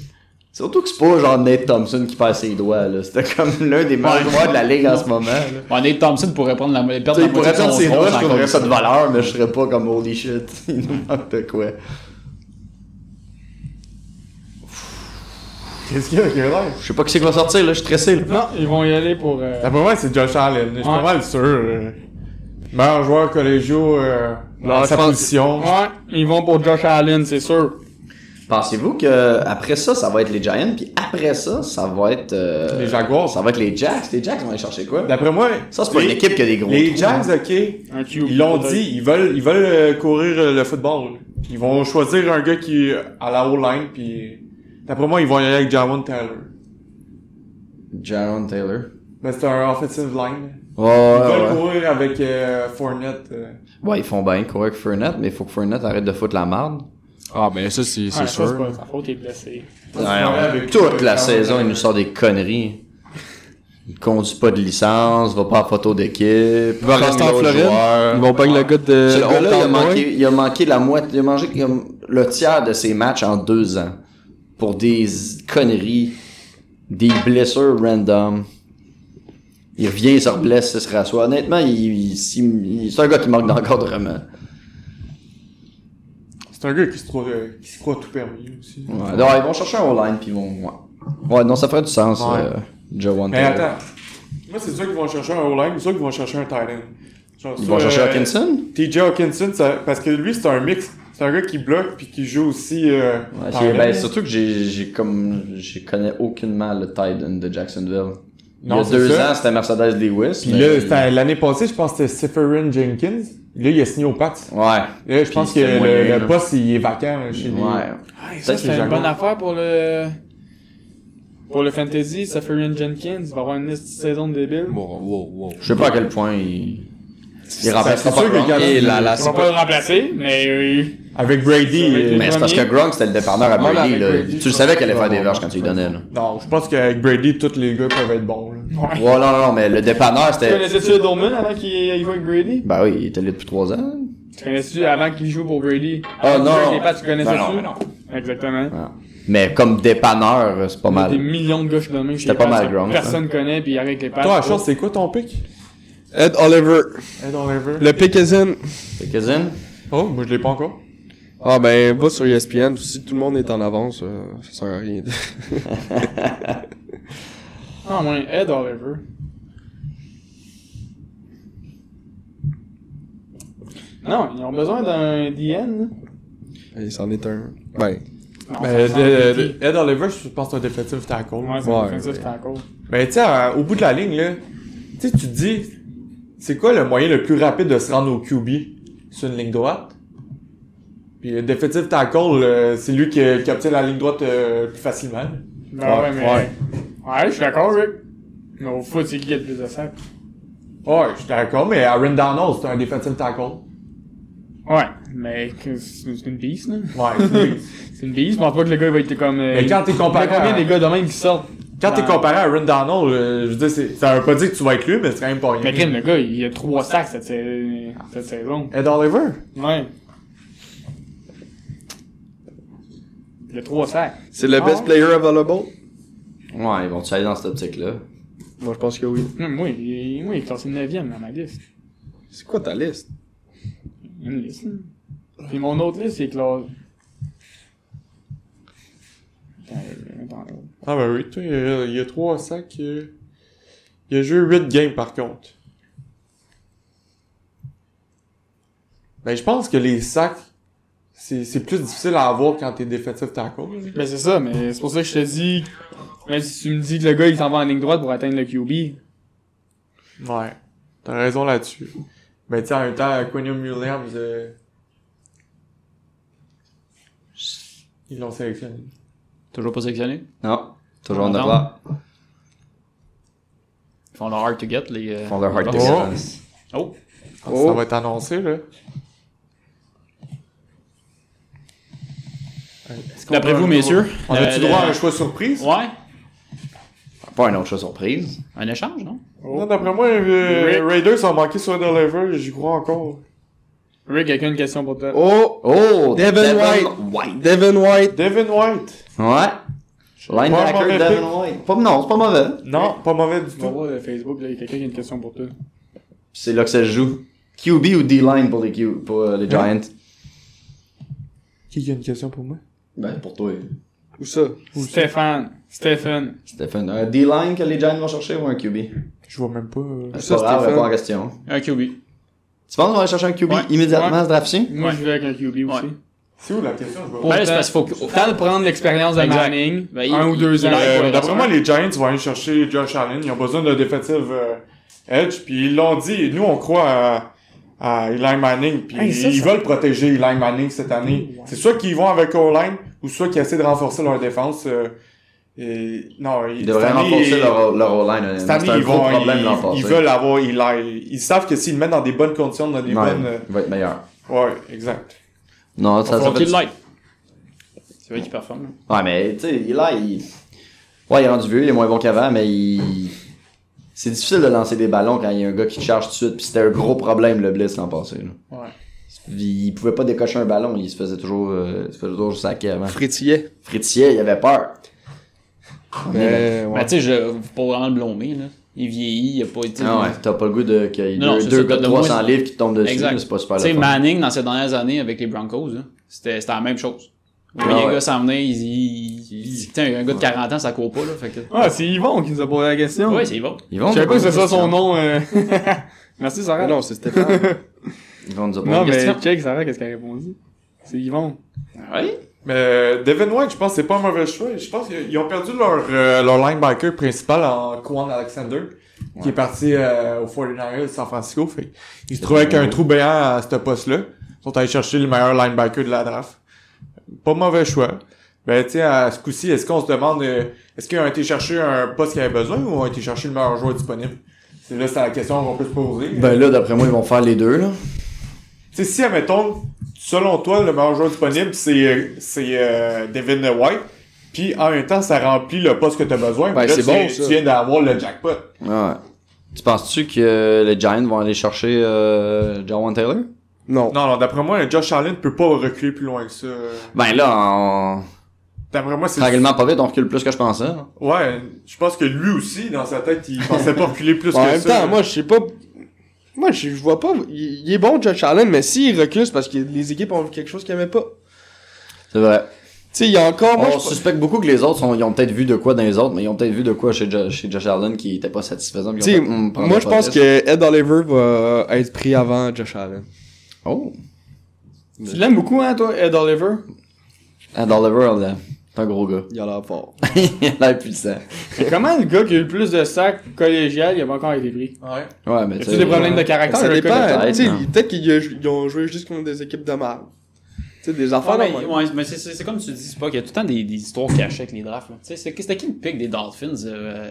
surtout que c'est pas genre Nate Thompson qui perd ses doigts, là. C'était comme (laughs) l'un des meilleurs joueurs de la ligue en ce moment, là. Ouais, Nate Thompson pourrait prendre la perdre Tu la sais, il pourrait moitié de perdre son ses tronc, doigts, je c'est trouverais encore ça de ça. valeur, mais je serais pas comme holy shit. (laughs) Il nous manque de quoi. Qu'est-ce qu'il y a avec l'air? Je sais pas qui c'est qui va sortir, là. Je suis stressé, là. Non, ils vont y aller pour. euh, D'après Ah, moi, c'est Josh Allen. Je suis pas Ouais. mal sûr. euh, Meilleur joueur collégiaux euh, dans Non, je sa pense- position. Ouais, ils vont pour Josh Allen, c'est sûr. Pensez-vous que après ça, ça va être les Giants, puis après ça, ça va être. euh, Les Jaguars. Ça va être les Jacks. Les Jacks vont aller chercher quoi D'après moi, Ça, c'est pas une les- équipe qui a des gros. Les trous, Jags, hein. ok, Un QB, ils l'ont peut-être. dit, ils veulent, ils veulent euh, courir euh, le football. Ils vont choisir un gars qui est à la O-line, puis d'après moi, ils vont y aller avec Jawan Taylor. Jaron Taylor. Mais c'est un offensive line. Ils Ouais, ouais, veulent ouais. courir avec euh, Fournette. euh. Ouais, ils font bien courir avec Fournette, mais il faut que Fournette arrête de foutre la marde. Ah, ben ça, c'est Ouais, c'est ça, sûr. pas sa faute, il est blessé. Ouais, avec- toute la euh, saison, il nous sort des conneries. Il conduit pas de licence, va pas en photo d'équipe. Il va rester en Floride. Ils vont pogner le gars de Ce le gars-là, il a, hometown boy. manqué, il a manqué la moitié, il a mangé il a- le tiers de ses matchs en deux ans. Pour des conneries, des blessures random. il revient, il se reblesse, il se rassoit. Honnêtement, il, il- s'il- il- c'est un gars qui manque d'encadrement. C'est un gars qui se croit, euh, qui se croit tout permis aussi. Ouais, donc, ils vont chercher un online, puis ils vont... Ouais. ouais, non, ça ferait du sens, Ouais. euh, Joe Hunter. Mais attends. Moi, c'est sûr qu'ils vont chercher un O-line, c'est sûr qu'ils vont chercher un tight end. Genre, Ils ça, vont chercher euh, Hawkinson? TJ Hawkinson, ça- parce que lui, c'est un mix. C'est un gars qui bloque puis qui joue aussi. Euh, Ouais, tight c'est- end. ben, surtout que j'ai, j'ai comme, je connais aucunement le tight end de Jacksonville. Non, il y c'est a deux ça. ans, Ben, c'était Mercedes Lewis. Puis mais- là, c'était- l'année passée, je pense que c'était Seferin Jenkins. Là, il a signé au Pats. Ouais. Là, je pense que c'est moyen, le, là. le poste, il est vacant chez lui. Ouais. Ça, Peut-être c'est les une Jaguars. bonne affaire pour le. Pour le fantasy, Safarian Jenkins va avoir une petite saison de débile. Wow, wow, wow. Je sais pas à quel point il, il remplace c'est pas sûr que Gronk. quand- Et là, là, Ils c'est vont pas le remplacer, mais euh, Avec Brady. Avec euh, Brady. Mais c'est parce que Gronk, c'était le dépanneur à Ouais, Brady, avec là. Brady, Tu le je savais pense qu'elle allait que- faire des verges quand tu lui donnais, là. Non, je pense qu'avec Brady, tous les gars peuvent être bons. Là. Ouais, non, non, mais le dépanneur, tu c'était... connaissais-tu Edelman avant qu'il il joue avec Brady? Ben oui, il était là depuis trois ans. Tu connaissais-tu avant qu'il joue pour Brady? Oh, Avant qu'il non. joue avec les Pats, tu connaissais-tu? Non, non, mais Exactement. Mais comme dépanneur, c'est pas Il y a Des mal. millions de gars chez Domain. C'était pas mal, Gronk, Personne connaît, puis il arrive avec les Pats. Toi, Oh. la chance, c'est quoi ton pic? Ed Oliver. Ed Oliver. Le Pickerson. Cousin? Oh, moi, je l'ai pas encore. Ah ben, va sur ESPN. Si tout le monde est en avance, euh, ça sert à rien. (laughs) Ah, ouais, Ed Oliver. Non, ils ont besoin d'un DN. Et c'en est un. Ben, là. Non, Ben, ça Ed- sent le Ed- Ed Oliver, je pense que c'est un défensif tackle. Ouais, c'est Ouais, ouais, ça, c'est encore. Mais tu sais, à- au bout de la ligne, là, tu sais, tu te dis, c'est quoi le moyen le plus rapide de se rendre au QB sur une ligne droite? Puis le défective tackle, euh, c'est lui qui, qui obtient la ligne droite euh, plus facilement. Ben ouais, mais. Ouais, ouais. je suis d'accord, Rick. Mais au foot, c'est qui qui a le plus de sacs? Ouais, je suis d'accord, mais Aaron Donald, c'est un défective tackle. Ouais, mais que- c'est c'est une bise, là. Ouais, c'est lui. (laughs) C'est une bise, je pense pas que le gars il va être comme. euh, Mais quand t'es comparé Il y a combien à- des gars de même qui sortent Quand t'es Ouais. comparé à Aaron Donald, euh, je veux dire, c'est- ça veut pas dire que tu vas être lui, mais c'est quand même pas Mais rien. Kim, le gars, il a trois sacs cette, sa- cette saison. Ed Oliver? Ouais. Il a trois sacs. Ah c'est le best player available? Ouais, ils vont aller dans cette optique-là. Moi, je pense que oui. Hum, Moi, il, moi, il est classé 9ème dans ma liste. C'est quoi ta liste? Une liste, là. Puis mon autre liste, il est classé. Attends, attends. Ah ben oui, toi, il y a trois sacs. euh, Il a joué 8 games par contre. Ben je pense que les sacs, c'est c'est plus difficile à avoir quand t'es défensif tackle. là. Ben c'est ça, mais c'est pour ça que je te dis, même si tu me dis que le gars il s'en va en ligne droite pour atteindre le QB, Ouais, t'as raison là-dessus. Mais Ben, tu sais, en même temps, Quinion Williams, euh, ils l'ont sélectionné. Toujours pas sélectionné. Non. Toujours On en attend. avant. Ils font leur hard to get, les. euh, Font leur hard les to Bucks. Oh. get. Oh! Quand Oh. Ça va être annoncé, là. Est-ce qu'on D'après peut- vous, messieurs, On le- a-tu le- droit à un choix surprise? Ouais, Pas une autre chose surprise. un échange, non? Oh. Non, d'après moi, euh, Rick. Raiders ont manqué sur Ed Oliver, j'y crois encore. Rick a une question pour toi. Oh! Oh! Devin White. Devin White! Devin White. Ouais. Pas Linebacker mauvais Devin White. Pas, non, c'est pas mauvais. Non, pas mauvais du On va tout. voir le Facebook, là, il y a quelqu'un qui a une question pour toi. C'est là que ça se joue. QB ou D-line pour les, Q- pour euh, les Giants? Qui a une question pour moi? Ben, pour toi. Où ça? Stéphane, Stéphane, Stéphane, un D-line que les Giants vont chercher ou un QB? Je vois même pas. euh, C'est ça, pas grave, Stéphane? réponds à la question. Un QB. Tu penses qu'on va chercher un QB Ouais. immédiatement à ce draft-ci? moi je vais avec un QB aussi. Ouais. C'est où la question? Je vois Ben là, c'est parce qu'il faut que- Autant de prendre l'expérience de Exact. Manning, Ben, il- un ou deux il- ans. il- Euh, Ouais, D'après ouais. moi, les Giants vont aller chercher Josh Allen. Ils ont besoin d'un défective edge. Puis ils l'ont dit. Nous, on croit à, à Eli Manning. Puis Hey, ça, ils ça- veulent protéger Eli Manning cette année. C'est soit qu'ils vont avec O-line ou soit qu'ils essaient de renforcer leur défense. euh, et, non, ils, Ils devraient cette année, renforcer ils- leur, leur O-line. honnêtement. Cette année, C'est un ils, gros vont, problème l'an ils, passé. ils veulent avoir Eli. Ils savent que s'ils le mettent dans des bonnes conditions, dans des Non, bonnes... euh, il va être meilleur. Ouais, exact. Non, ça, Ça, ça fait... du- light. C'est vrai qu'il performe. là. Ouais, mais tu sais, là, il... Ouais, il est rendu vieux, il est moins bon qu'avant, mais il... C'est difficile de lancer des ballons quand il y a un gars qui te charge tout de suite, puis c'était un gros problème le blitz l'an passé. là. Ouais. Il pouvait pas décocher un ballon, il se faisait toujours, euh, il se faisait toujours saquer avant. Frétillet. Frétillait, il avait peur. Mais, ouais. Euh, Mais tu sais, je faut pas vraiment le blâmer, là. il vieillit, il a pas été. Ah ouais, t'as pas le goût de qu'il y ait Non, deux, c'est deux ça, gars de t'as- 300 moi, livres qui te tombent dessus, Exact. mais c'est pas super Tu le sais, fun. Manning, dans ses dernières années avec les Broncos, là, c'était c'était la même chose. Le Ah ouais. gars s'en venait, il, il, il- il- putain, un gars de 40 ans, ça court pas, là. Fait que... Ah, c'est Yvon qui nous a posé la question. Ouais, c'est bon. Ils vont Je savais pas que c'était ça son nom. nom. (laughs) euh. Merci, Sarah. Ah non, c'est Stéphane. Ils vont nous Non, apprendre. mais question. check, Sarah, qu'est-ce qu'elle a répondu? C'est Yvon. Ouais. Mais euh, Devin White, je pense que c'est pas un mauvais choix. Je pense qu'ils ont perdu leur, euh, leur linebacker principal en Kwan Alexander, qui est parti euh, au 49ers de San Francisco. Fait, ils se trouvaient avec un trou béant à ce poste-là. Ils sont allés chercher le meilleur linebacker de la draft. Pas mauvais choix. Ben, tu sais, à ce coup-ci, est-ce qu'on se demande, euh, est-ce qu'ils ont été chercher un poste qu'ils avaient besoin ou ont été chercher le meilleur joueur disponible? C'est là, c'est la question qu'on peut se poser. Ben là, d'après moi, ils vont faire les deux, là. Tu sais, si, admettons, selon toi, le meilleur joueur disponible, c'est, euh, c'est euh, Devin White, puis en même temps, ça remplit le poste que tu as besoin. Ben, Là, c'est tu, bon, viens- ça. tu viens d'avoir le jackpot. Ouais. Tu penses-tu que les Giants vont aller chercher euh, Jawan Taylor? non. Non, non, d'après moi, Josh Allen peut pas reculer plus loin que ça. Ben là, on... D'après moi, c'est... tranquillement, pas vite, on recule plus que je pensais. là. Ouais, je pense que lui aussi, dans sa tête, il pensait pas reculer plus en que même ça. temps, moi, je sais pas. Moi, je je vois pas. Il, il est bon, Josh Allen, mais s'il recule, c'est parce que les équipes ont vu quelque chose qu'il aimait pas. C'est vrai. Oh, Tu sais, il y a encore. Moi, on je- suspecte beaucoup que les autres, sont- ils ont peut-être vu de quoi dans les autres, mais ils ont peut-être vu de quoi chez, Jo- chez Josh Allen qui était pas satisfaisant. puis tu ils sais, ont fait, Hmm, prends moi, le je pense podcast. que Ed Oliver va être pris avant Josh Allen. Oh! Tu l'aimes beaucoup, hein, toi, Ed Oliver? Ed Oliver, là. C'est un gros gars. (laughs) Il a l'air fort. il a l'air puissant. Mais comment le gars qui a eu le plus de sacs collégial, il a pas encore été pris? Ouais. Ouais, mais As-tu des problèmes de caractère? ça le dépend. gars? peut-être, Tu sais, non. peut-être qu'ils euh, ils ont joué juste contre des équipes de mal. Tu sais, des Ah, affaires. Ouais, là, mais, Ah, ouais. ouais, mais c'est- c'est c'est comme tu dis, c'est pas qu'il y a tout le temps des, des histoires cachées avec les drafts. là. Tu sais, c'est- C'était qui le pick des Dolphins euh, euh,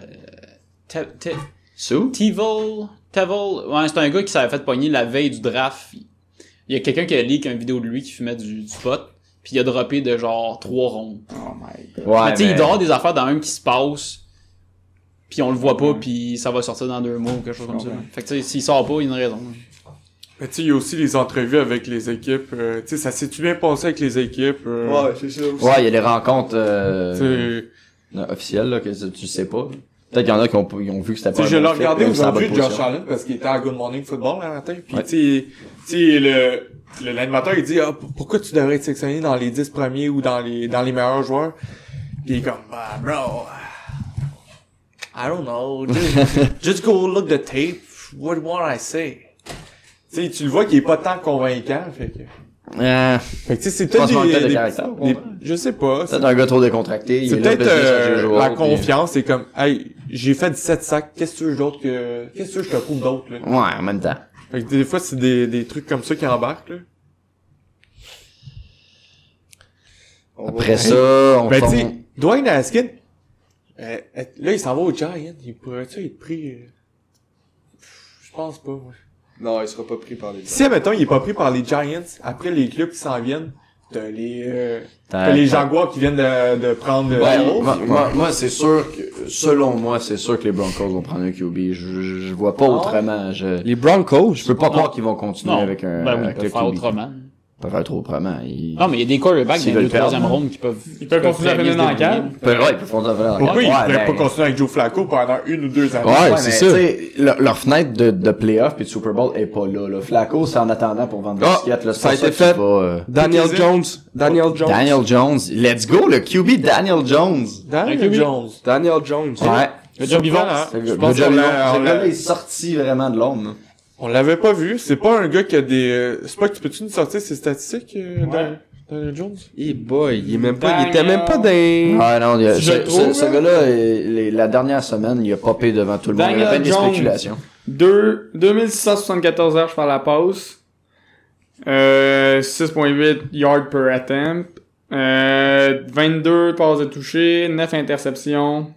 Te- Te- Sue? Tevil, Tevil, ouais, c'est un gars qui s'avait fait pogner la veille du draft. Il y a quelqu'un qui a leak une vidéo de lui qui fumait du, du pot, puis il a droppé de genre trois rondes. Oh my god. Ouais. mais tu sais, il mais- doit y avoir des affaires dans un qui se passent, puis on le voit pas, puis ça va sortir dans deux mois ou quelque chose comme ça. là. Fait que tu sais, s'il sort pas, il y a une raison. là. Mais tu sais, il y a aussi les entrevues avec les équipes. euh, tu sais, ça s'est-tu bien passé avec les équipes? euh, Ouais, c'est ça. aussi. Ouais, il y a les rencontres euh, tu sais, euh, officielles là, que tu sais pas. Peut-être qu'il y en a qui ont, ils ont vu que c'était Tu pas. sais, un je bon l'ai fit, regardé mais c'est la aujourd'hui, bonne Josh position. Allen, parce qu'il était à Good Morning Football le matin. Puis, Ouais. tu sais, tu sais, le, le- l'animateur, il dit, ah, p- pourquoi tu devrais être sélectionné dans les 10 premiers ou dans les, dans les meilleurs joueurs? Puis il est comme, bah, bro, I don't know. (laughs) Just, just go look the tape. What what I say? Tu sais, tu le vois qu'il est pas tant convaincant. Fait que, Euh, fait que, tu sais, c'est pense peut-être qu'on a des, peut-être des- le caractère, des- pour vrai. je sais pas. peut-être un gars trop décontracté. il C'est est là, ben, peut-être business euh, as usual, la puis- confiance, c'est comme, hey, j'ai fait 17 sacs, qu'est-ce que tu veux d'autre que, qu'est-ce que tu veux que je te prouve d'autre, là? Ouais, en même temps. Fait que des fois, c'est des, des trucs comme ça qui embarquent, là. Après ça, on Ben, tombe- tu sais, Dwayne Haskins, euh, euh, là, il s'en va au Giant, il pourrait-tu être pris, euh, je pense pas, moi. Non, il sera pas pris par les. Si, admettons, il est pas pris par les Giants, après les clubs qui s'en viennent, t'as les, euh, t'as- t'as les Jaguars qui viennent de, de prendre euh, le Ouais, Arrow. moi, moi- moi, c'est sûr que, selon moi, c'est sûr que les Broncos vont prendre un QB. Je, je, je vois pas autrement. Je, Les Broncos, je peux pas croire qu'ils vont continuer Non. avec un, ben oui, ils avec le peuvent faire QB. autrement. Ah. Ils peuvent faire trop autrement. Ils... Non, mais il y a des quarterbacks S'ils dans les veulent deux, troisième perdre. ronde qui peuvent. Ils peuvent continuer à très bien revenir dans se la cave. débrouiller. Ils peuvent- ouais, ils peuvent faire autrement. Pourquoi ils Ouais, pourraient ben, pas continuer avec Joe Flacco pendant une ou deux années? Ouais, Ouais, mais c'est tu sais, Leur, leur fenêtre de, de playoff puis de Super Bowl est pas là. là. Flacco, c'est en attendant pour vendre Ah, le skate. Là, c'est ça a pas été qu'il fait. va, euh, Daniel Toutes les- Jones. Daniel Jones. Daniel Jones. Let's go, le QB Daniel Jones. Daniel Un QB. Jones. Daniel Jones. Ouais. Le job vivant. Surprenant. C'est Je le pense gars- qu'on le l'a- gars- on le gars l'a- est sorti vraiment de l'ombre. hein. on l'avait pas vu. C'est pas un gars qui a des. euh, C'est pas que tu peux-tu nous sortir ses statistiques, euh, Dan- Daniel Jones? Eh boy, il est même pas. Il était même pas d'un. Ah non, il y a- Je ce, trouve, ce- ce hein. gars-là, il- les- la dernière semaine, il a popé devant tout le monde. Il y a Daniel plein de Jones. spéculations. Deux- 2674 heures par la passe. Euh, 6.8 yards per attempt. Euh, 22 passes de toucher, 9 interceptions.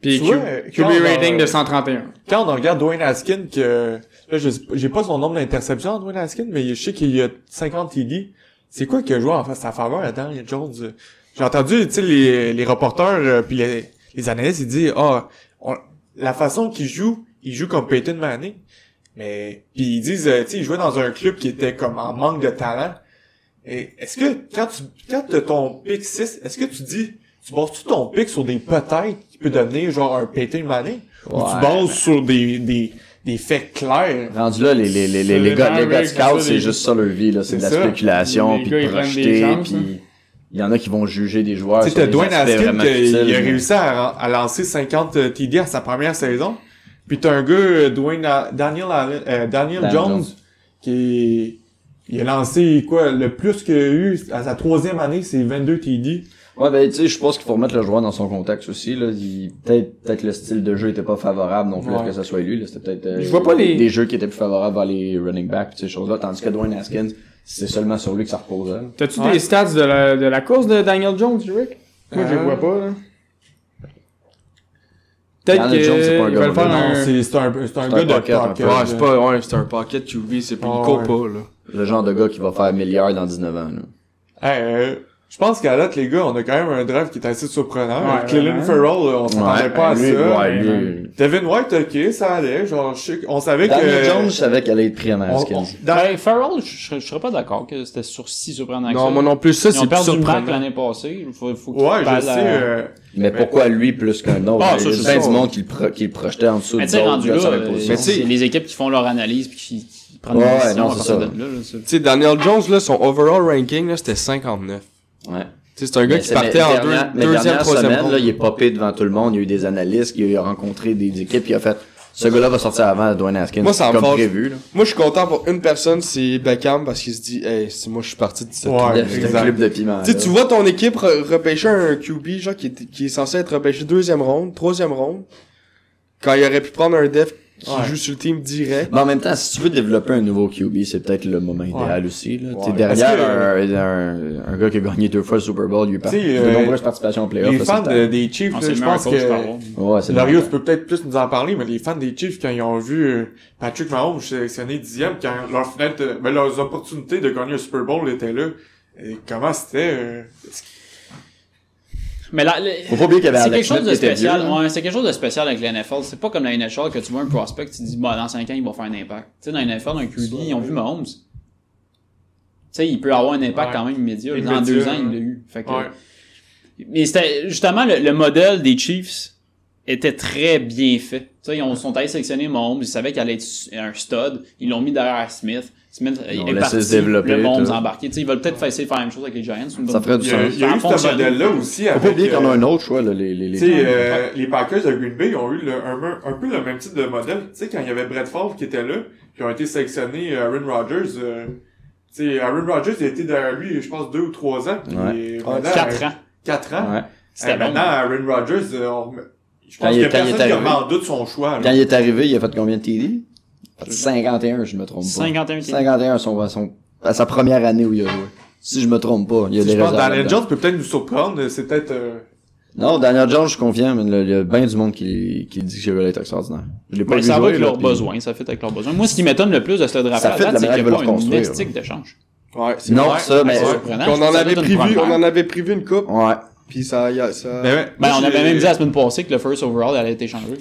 Puis Tu Q- vois, QB quand, rating euh, de 131. Quand on regarde Dwayne Haskins, que. Là, je sais pas- j'ai pas son nombre d'interceptions, Dwayne Haskins, mais je sais qu'il y a 50 TD. C'est quoi qu'il a joué en face à faveur à Daniel Jones? euh? J'ai entendu, tu sais, les, les reporters, euh, puis les, les analystes, ils disent, ah, on- la façon qu'il joue, il joue comme Peyton Manning. Mais puis ils disent, euh, tu sais, il jouait dans un club qui était comme en manque de talent. Et est-ce que quand tu quand t'as ton pick 6, est-ce que tu dis tu bases tu ton pick sur des peut-être qui peut devenir genre un Peyton Manning Où tu bases sur des, des, des faits clairs. Rendu là, les, les, C'est les, les, des les gars, les gars de Mavericks, c'est scouts, ça, c'est des- juste ça leur vie, là. C'est de la C'est ça. spéculation, Les puis gars, de ils prennent des projeter, chances, hein. puis il y en a qui vont juger des joueurs. Tu Ah, sur sais, t'as des Dwayne aspects Haskins euh, vraiment qui futiles, a là. réussi à, à lancer 50 euh, TD à sa première saison. Puis t'as un gars, euh, Dwayne, Ha- Daniel, Allen- euh, Daniel Daniel Jones, Jones. qui il a lancé quoi le plus qu'il a eu à sa troisième année, c'est 22 TD. Ouais, ben, tu sais, je pense qu'il faut remettre le joueur dans son contexte aussi, là. Il- Peut-être, peut-être le style de jeu était pas favorable non plus à ce Ouais. que ça soit lui, là. C'était peut-être, euh, Je vois pas les- des jeux qui étaient plus favorables vers les running backs, pis ces choses-là. Tandis que Dwayne Haskins, c'est seulement sur lui que ça repose, hein. T'as-tu Ouais. des stats de la, de la course de Daniel Jones, Rick? Moi, je les Euh. vois pas, là. Peut-être Daniel que Jones, c'est pas un ils gars veulent faire mauvais, Non, un... c'est c'est un, c'est un C'est gars un de pocket, un pocket. peu. là. Ouais, c'est pas, ouais, c'est un pocket QB, c'est puis Ah, il court ouais. pas, là. Le genre de gars qui va faire milliards dans 19 ans, là. Hey, euh, je pense qu'à date, les gars, on a quand même un draft qui est assez surprenant. Ouais, Cleveland ouais. Ferrell, on s'attendait Ouais, pas à lui, ça. ouais, lui, Devin White, ok, ça allait. Genre, je sais- on savait que... Daniel Jones, je savais qu'elle allait être pris en on- Haskins. on- dans- Ben, Farrell, je je serais pas d'accord que c'était sur si surprenant que Non, ça. moi non plus, ça, Ils ont c'est plus perdu le bac surprenant. l'année passée. Faut, faut qu'ils Ouais, je parlent à- sais. euh, Mais pourquoi lui plus qu'un autre? Ah, ça, Il y a c'est plein ça. du monde qui le, pro- qui le projetait en dessous Mais tu des sais, autres rendu là, gars sur la euh, position. Mais tu sais- c'est les équipes qui font leur analyse puis qui, qui prennent Ouais, des décisions non, à c'est partir ça. de là. là, c'est- Tu sais, Daniel Jones, là, son overall ranking, là, c'était 59. Ouais. Tu sais, c'est un gars Mais qui c'est- mais partait en dernière- deux- mais deuxième, dernière troisième semaine, round. là, il est popé devant tout le monde. Il y a eu des analystes, il a rencontré des équipes, il a fait, ce gars-là va sortir avant Dwayne Haskins. Moi, ça me comme fâche. prévu, là. Moi, je suis content pour une personne, c'est Beckham, parce qu'il se dit, hey, si moi, je suis parti de cette Ouais, C'est un exact. club de piment. Tu sais, là. tu vois ton équipe re- repêcher un QB, genre, qui est, qui est censé être repêché deuxième ronde, troisième ronde, quand il aurait pu prendre un def qui Ouais. joue sur le team direct. Mais en même temps, si tu veux développer un nouveau QB, c'est peut-être le moment idéal aussi. Là. T'es derrière Est-ce un, un, un gars qui a gagné deux fois le Super Bowl, lui par de Tu sais, euh, nombreuses participations en playoff. Les là, fans c'est le de- des Chiefs, Ah, là, c'est le je meilleur pense coach par que... contre. temps. Ouais, c'est Larios normal. peut peut-être plus nous en parler, mais les fans des Chiefs, quand ils ont vu euh, Patrick Mahomes sélectionné dixième, quand leur fenêtre, euh, ben, leurs opportunités de gagner le Super Bowl étaient là, et comment c'était... euh, Mais là, les- Faut pas oublier qu'il y avait c'est Alex quelque chose Smith de qui était spécial. vieux, là. ouais, c'est quelque chose de spécial avec la NFL. C'est pas comme la NHL que tu vois un prospect, tu te dis, bah, dans 5 ans, ils vont faire un impact. Tu sais, dans la NFL, un QB, ils ont vu Mahomes. Tu sais, il peut avoir un impact Ouais. quand même immédiat. Immédiat, Dans deux ans, il ouais. l'a eu. Fait que- Ouais. Mais c'était justement le, le modèle des Chiefs était très bien fait. Tu sais, ils ont, sont allés sélectionner Mahomes, ils savaient qu'il allait être su- un stud, ils l'ont mis derrière Smith. Smith Ils euh, l'ont est laissé parti, se développer, le Mahomes tout. embarqué. Tu sais, ils veulent peut-être essayer de faire la même chose avec les Giants. c'est une Ça bonne- ferait Il du y a, sens. il y a Ça a eu ce fonctionné. modèle-là aussi Faut pas avec... oublier qu'il y en a euh, un autre choix, là, les, les, les... Tu sais, euh, les Packers de Green Bay ont eu le- un, me- un peu le même type de modèle. Tu sais, quand il y avait Brett Favre qui était là, puis ont été sélectionnés euh, Aaron Rodgers. euh, tu sais, Aaron Rodgers il a été derrière lui, je pense, deux ou trois ans. puis Ouais. il est Ouais, maintenant, Quatre euh, ans. Quatre hein? ans. Ouais. C'était hein. Eh, bon. maintenant, Aaron Rodgers, euh, on remet- je Quand pense il qu'il y est- a quand il est personne qui arrivé. remet en doute son choix. Quand Là. il est arrivé, il a fait combien de TD? 51, je me trompe pas. 51 qui- 51 son, son, à sa première année où il a joué. Si je me trompe pas, il y a Tu sais, Je des pense que raisons Daniel là-dedans. Jones peut peut-être nous surprendre. C'est peut-être... euh, Non, Daniel Jones, je confirme, mais il y a bien du monde qui, qui dit que ce gars-là est extraordinaire. Je l'ai pas Ben, vu ça va jouer, avec là, leurs puis- besoins, ça fait avec leurs besoins. Moi, ce qui m'étonne le plus de ce draft Ça fait de la là, c'est manière qu'il de n'y a pas le une reconstruire, mystique d'échange. Ouais, c'est Non, vrai. ça, mais... C'est ouais. surprenant. Puis On Ça en doit avait être une prévu, on première. en avait prévu une coupe, Ouais. puis ça, y a- ça... ben, ben, Ben, moi, on avait j'ai- même dit la semaine passée que le first overall allait être échangé.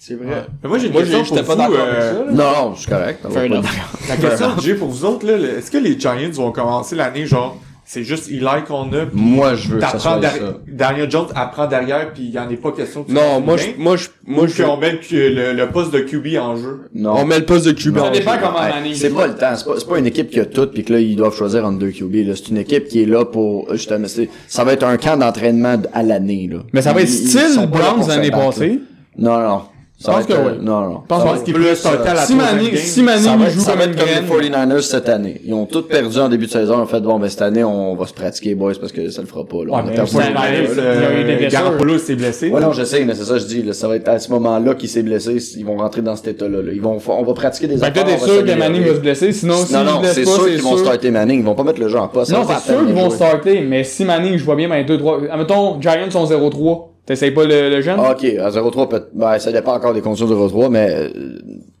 c'est vrai. Ben, Moi, j'ai une Moi, question j'étais pour pas vous. d'accord avec euh, ça, là. Non, je suis correct. on va Fair pas enough. dire. La question que j'ai pour vous autres, là, le- est-ce que les Giants vont commencer l'année, genre, c'est juste Eli qu'on a, puis Moi, je veux que ça t'apprends soit derrière, ça. Daniel Jones apprend derrière, puis il n'y en est pas question. que tu fasses Non, moi, bien, euh, je, moi, je, moi, ou je, qu'on met le, le- le poste de QB en jeu. Non. on met le poste de QB. Ça Non, dépend je- comment Hey, Manning C'est joue. pas le temps. C'est pas, c'est pas une équipe qui a tout puis que là, ils doivent choisir entre deux QB. là. C'est une équipe qui est là pour, justement, c'est- ça va être un camp d'entraînement d- à l'année, là. Mais ça va être Ils- ils style sont pas là Browns pour se l'année battre, passée. là. Non, non. Ça pense va être, que euh, oui. Non, non. pense Ça va qu'il être- Plus un tel à la Si troisième Manning, game. si Ça Manning va, être, joue ça comme va une être comme les graine, 49ers cette année. Ils ont tous perdu en début de saison. Ils ont fait, bon, ben, cette année, on va se pratiquer, boys, parce que ça le fera pas, là. On était à point Saint- de- Miles, il y a eu des euh, blessures. Garoppolo s'est blessé. Ouais, non, je sais, mais c'est ça que je dis. Là, ça va être à ce moment-là qu'il s'est blessé. Ils vont rentrer dans cet état-là. là. Ils vont, fa- on va pratiquer des Fait que là, affaires, Ben, t'es on va sûr que s'améliorer. Manning va se blesser, sinon s'il Non, non, se c'est blesse pas, sûr c'est qu'ils vont sûr. starter Manning. Ils vont pas mettre le jeu en poste. Non, Ça va c'est faire sûr qu'ils vont jouer. starter, mais si Manning joue bien, ben 2-3... Admettons, Giants sont 0-3, t'essayes pas le, le jeune? Ah, Ok, à 0-3, peut- ben, ça dépend encore des conditions de 0-3, mais euh,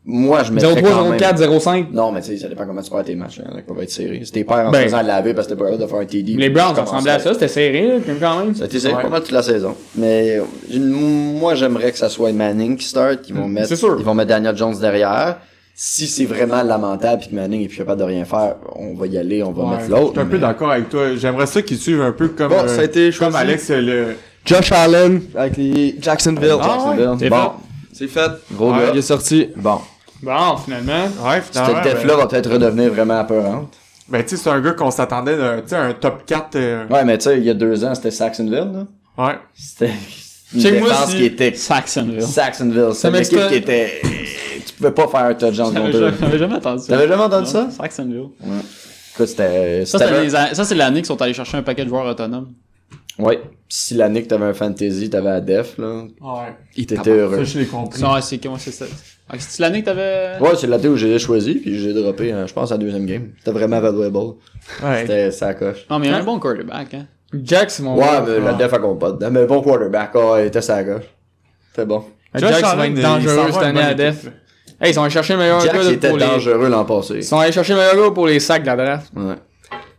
moi, je mettrais 0-3, quand même... 0-4, 0-5. Non, mais tu sais, ça dépend comment tu perds tes matchs. Hein, va être serré. Si tes pères en Ben. faisant laver parce que t'es pas capable de faire un TD... Les tu Browns, ça commences ressemblait à ça, c'était serré, là, quand même. Ça a été serré pas mal toute la saison. Mais euh, une- moi, j'aimerais que ça soit Manning qui start. Ils Hmm, vont mettre, c'est sûr. Ils vont mettre Daniel Jones derrière. Si c'est vraiment lamentable et que Manning est plus capable de rien faire, on va y aller, on va Ouais, mettre je l'autre. suis un peu mais- d'accord avec toi. J'aimerais ça qu'ils suivent un peu comme, Bon, euh, ça a été comme choisi. Alex euh, le, Josh Allen avec les Jacksonville. Ah, ouais. Jacksonville. T'es Bon. fort. C'est fait. Gros Ouais. gars. Il est sorti. Bon. Bon, finalement. Ouais, finalement. Cette def-là va peut-être redevenir vraiment apeurante. Ben, tu sais, c'est un gars qu'on s'attendait d'un, tu sais, un top 4. euh, Ouais, mais tu sais, il y a deux ans, c'était Saxonville, là. ouais. C'était une Check-moi défense si- qui était Saxonville. Saxonville. C'est Ça une équipe m'explique. qui était... Tu pouvais pas faire un touchdown J'avais contre eux. jamais- j'avais jamais entendu ça. T'avais jamais entendu Non, ça? Saxonville. Écoute, c'était... Ça, si c'est t'avais- les an- ça, c'est l'année qu'ils sont allés chercher un paquet de joueurs autonomes. Ouais. Si l'année que t'avais un fantasy, t'avais la def, là. Ouais. T'étais heureux. Ben, Ça, je l'ai compris. Non, c'est comment c'est ça? Ah, C'est l'année que t'avais. Ouais, c'est la thé où j'ai choisi, puis j'ai droppé, hein, je pense, la deuxième game. C'était vraiment valuable. Ouais. C'était ça coche. Non, mais il y a un bon quarterback, hein. Jack, c'est mon Ouais, gars. mais la def, elle compte pas dedans. Mais bon quarterback, ah, il était ça coche. C'était bon. Jack, ça va Allen, être il dangereux s'en va cette une année bonne à def. équipe. Hey, ils sont allés chercher le meilleur Jack, gars il pour était les... dangereux l'an passé. Ils sont allés chercher le meilleur gars pour les sacs de la draft. Ouais.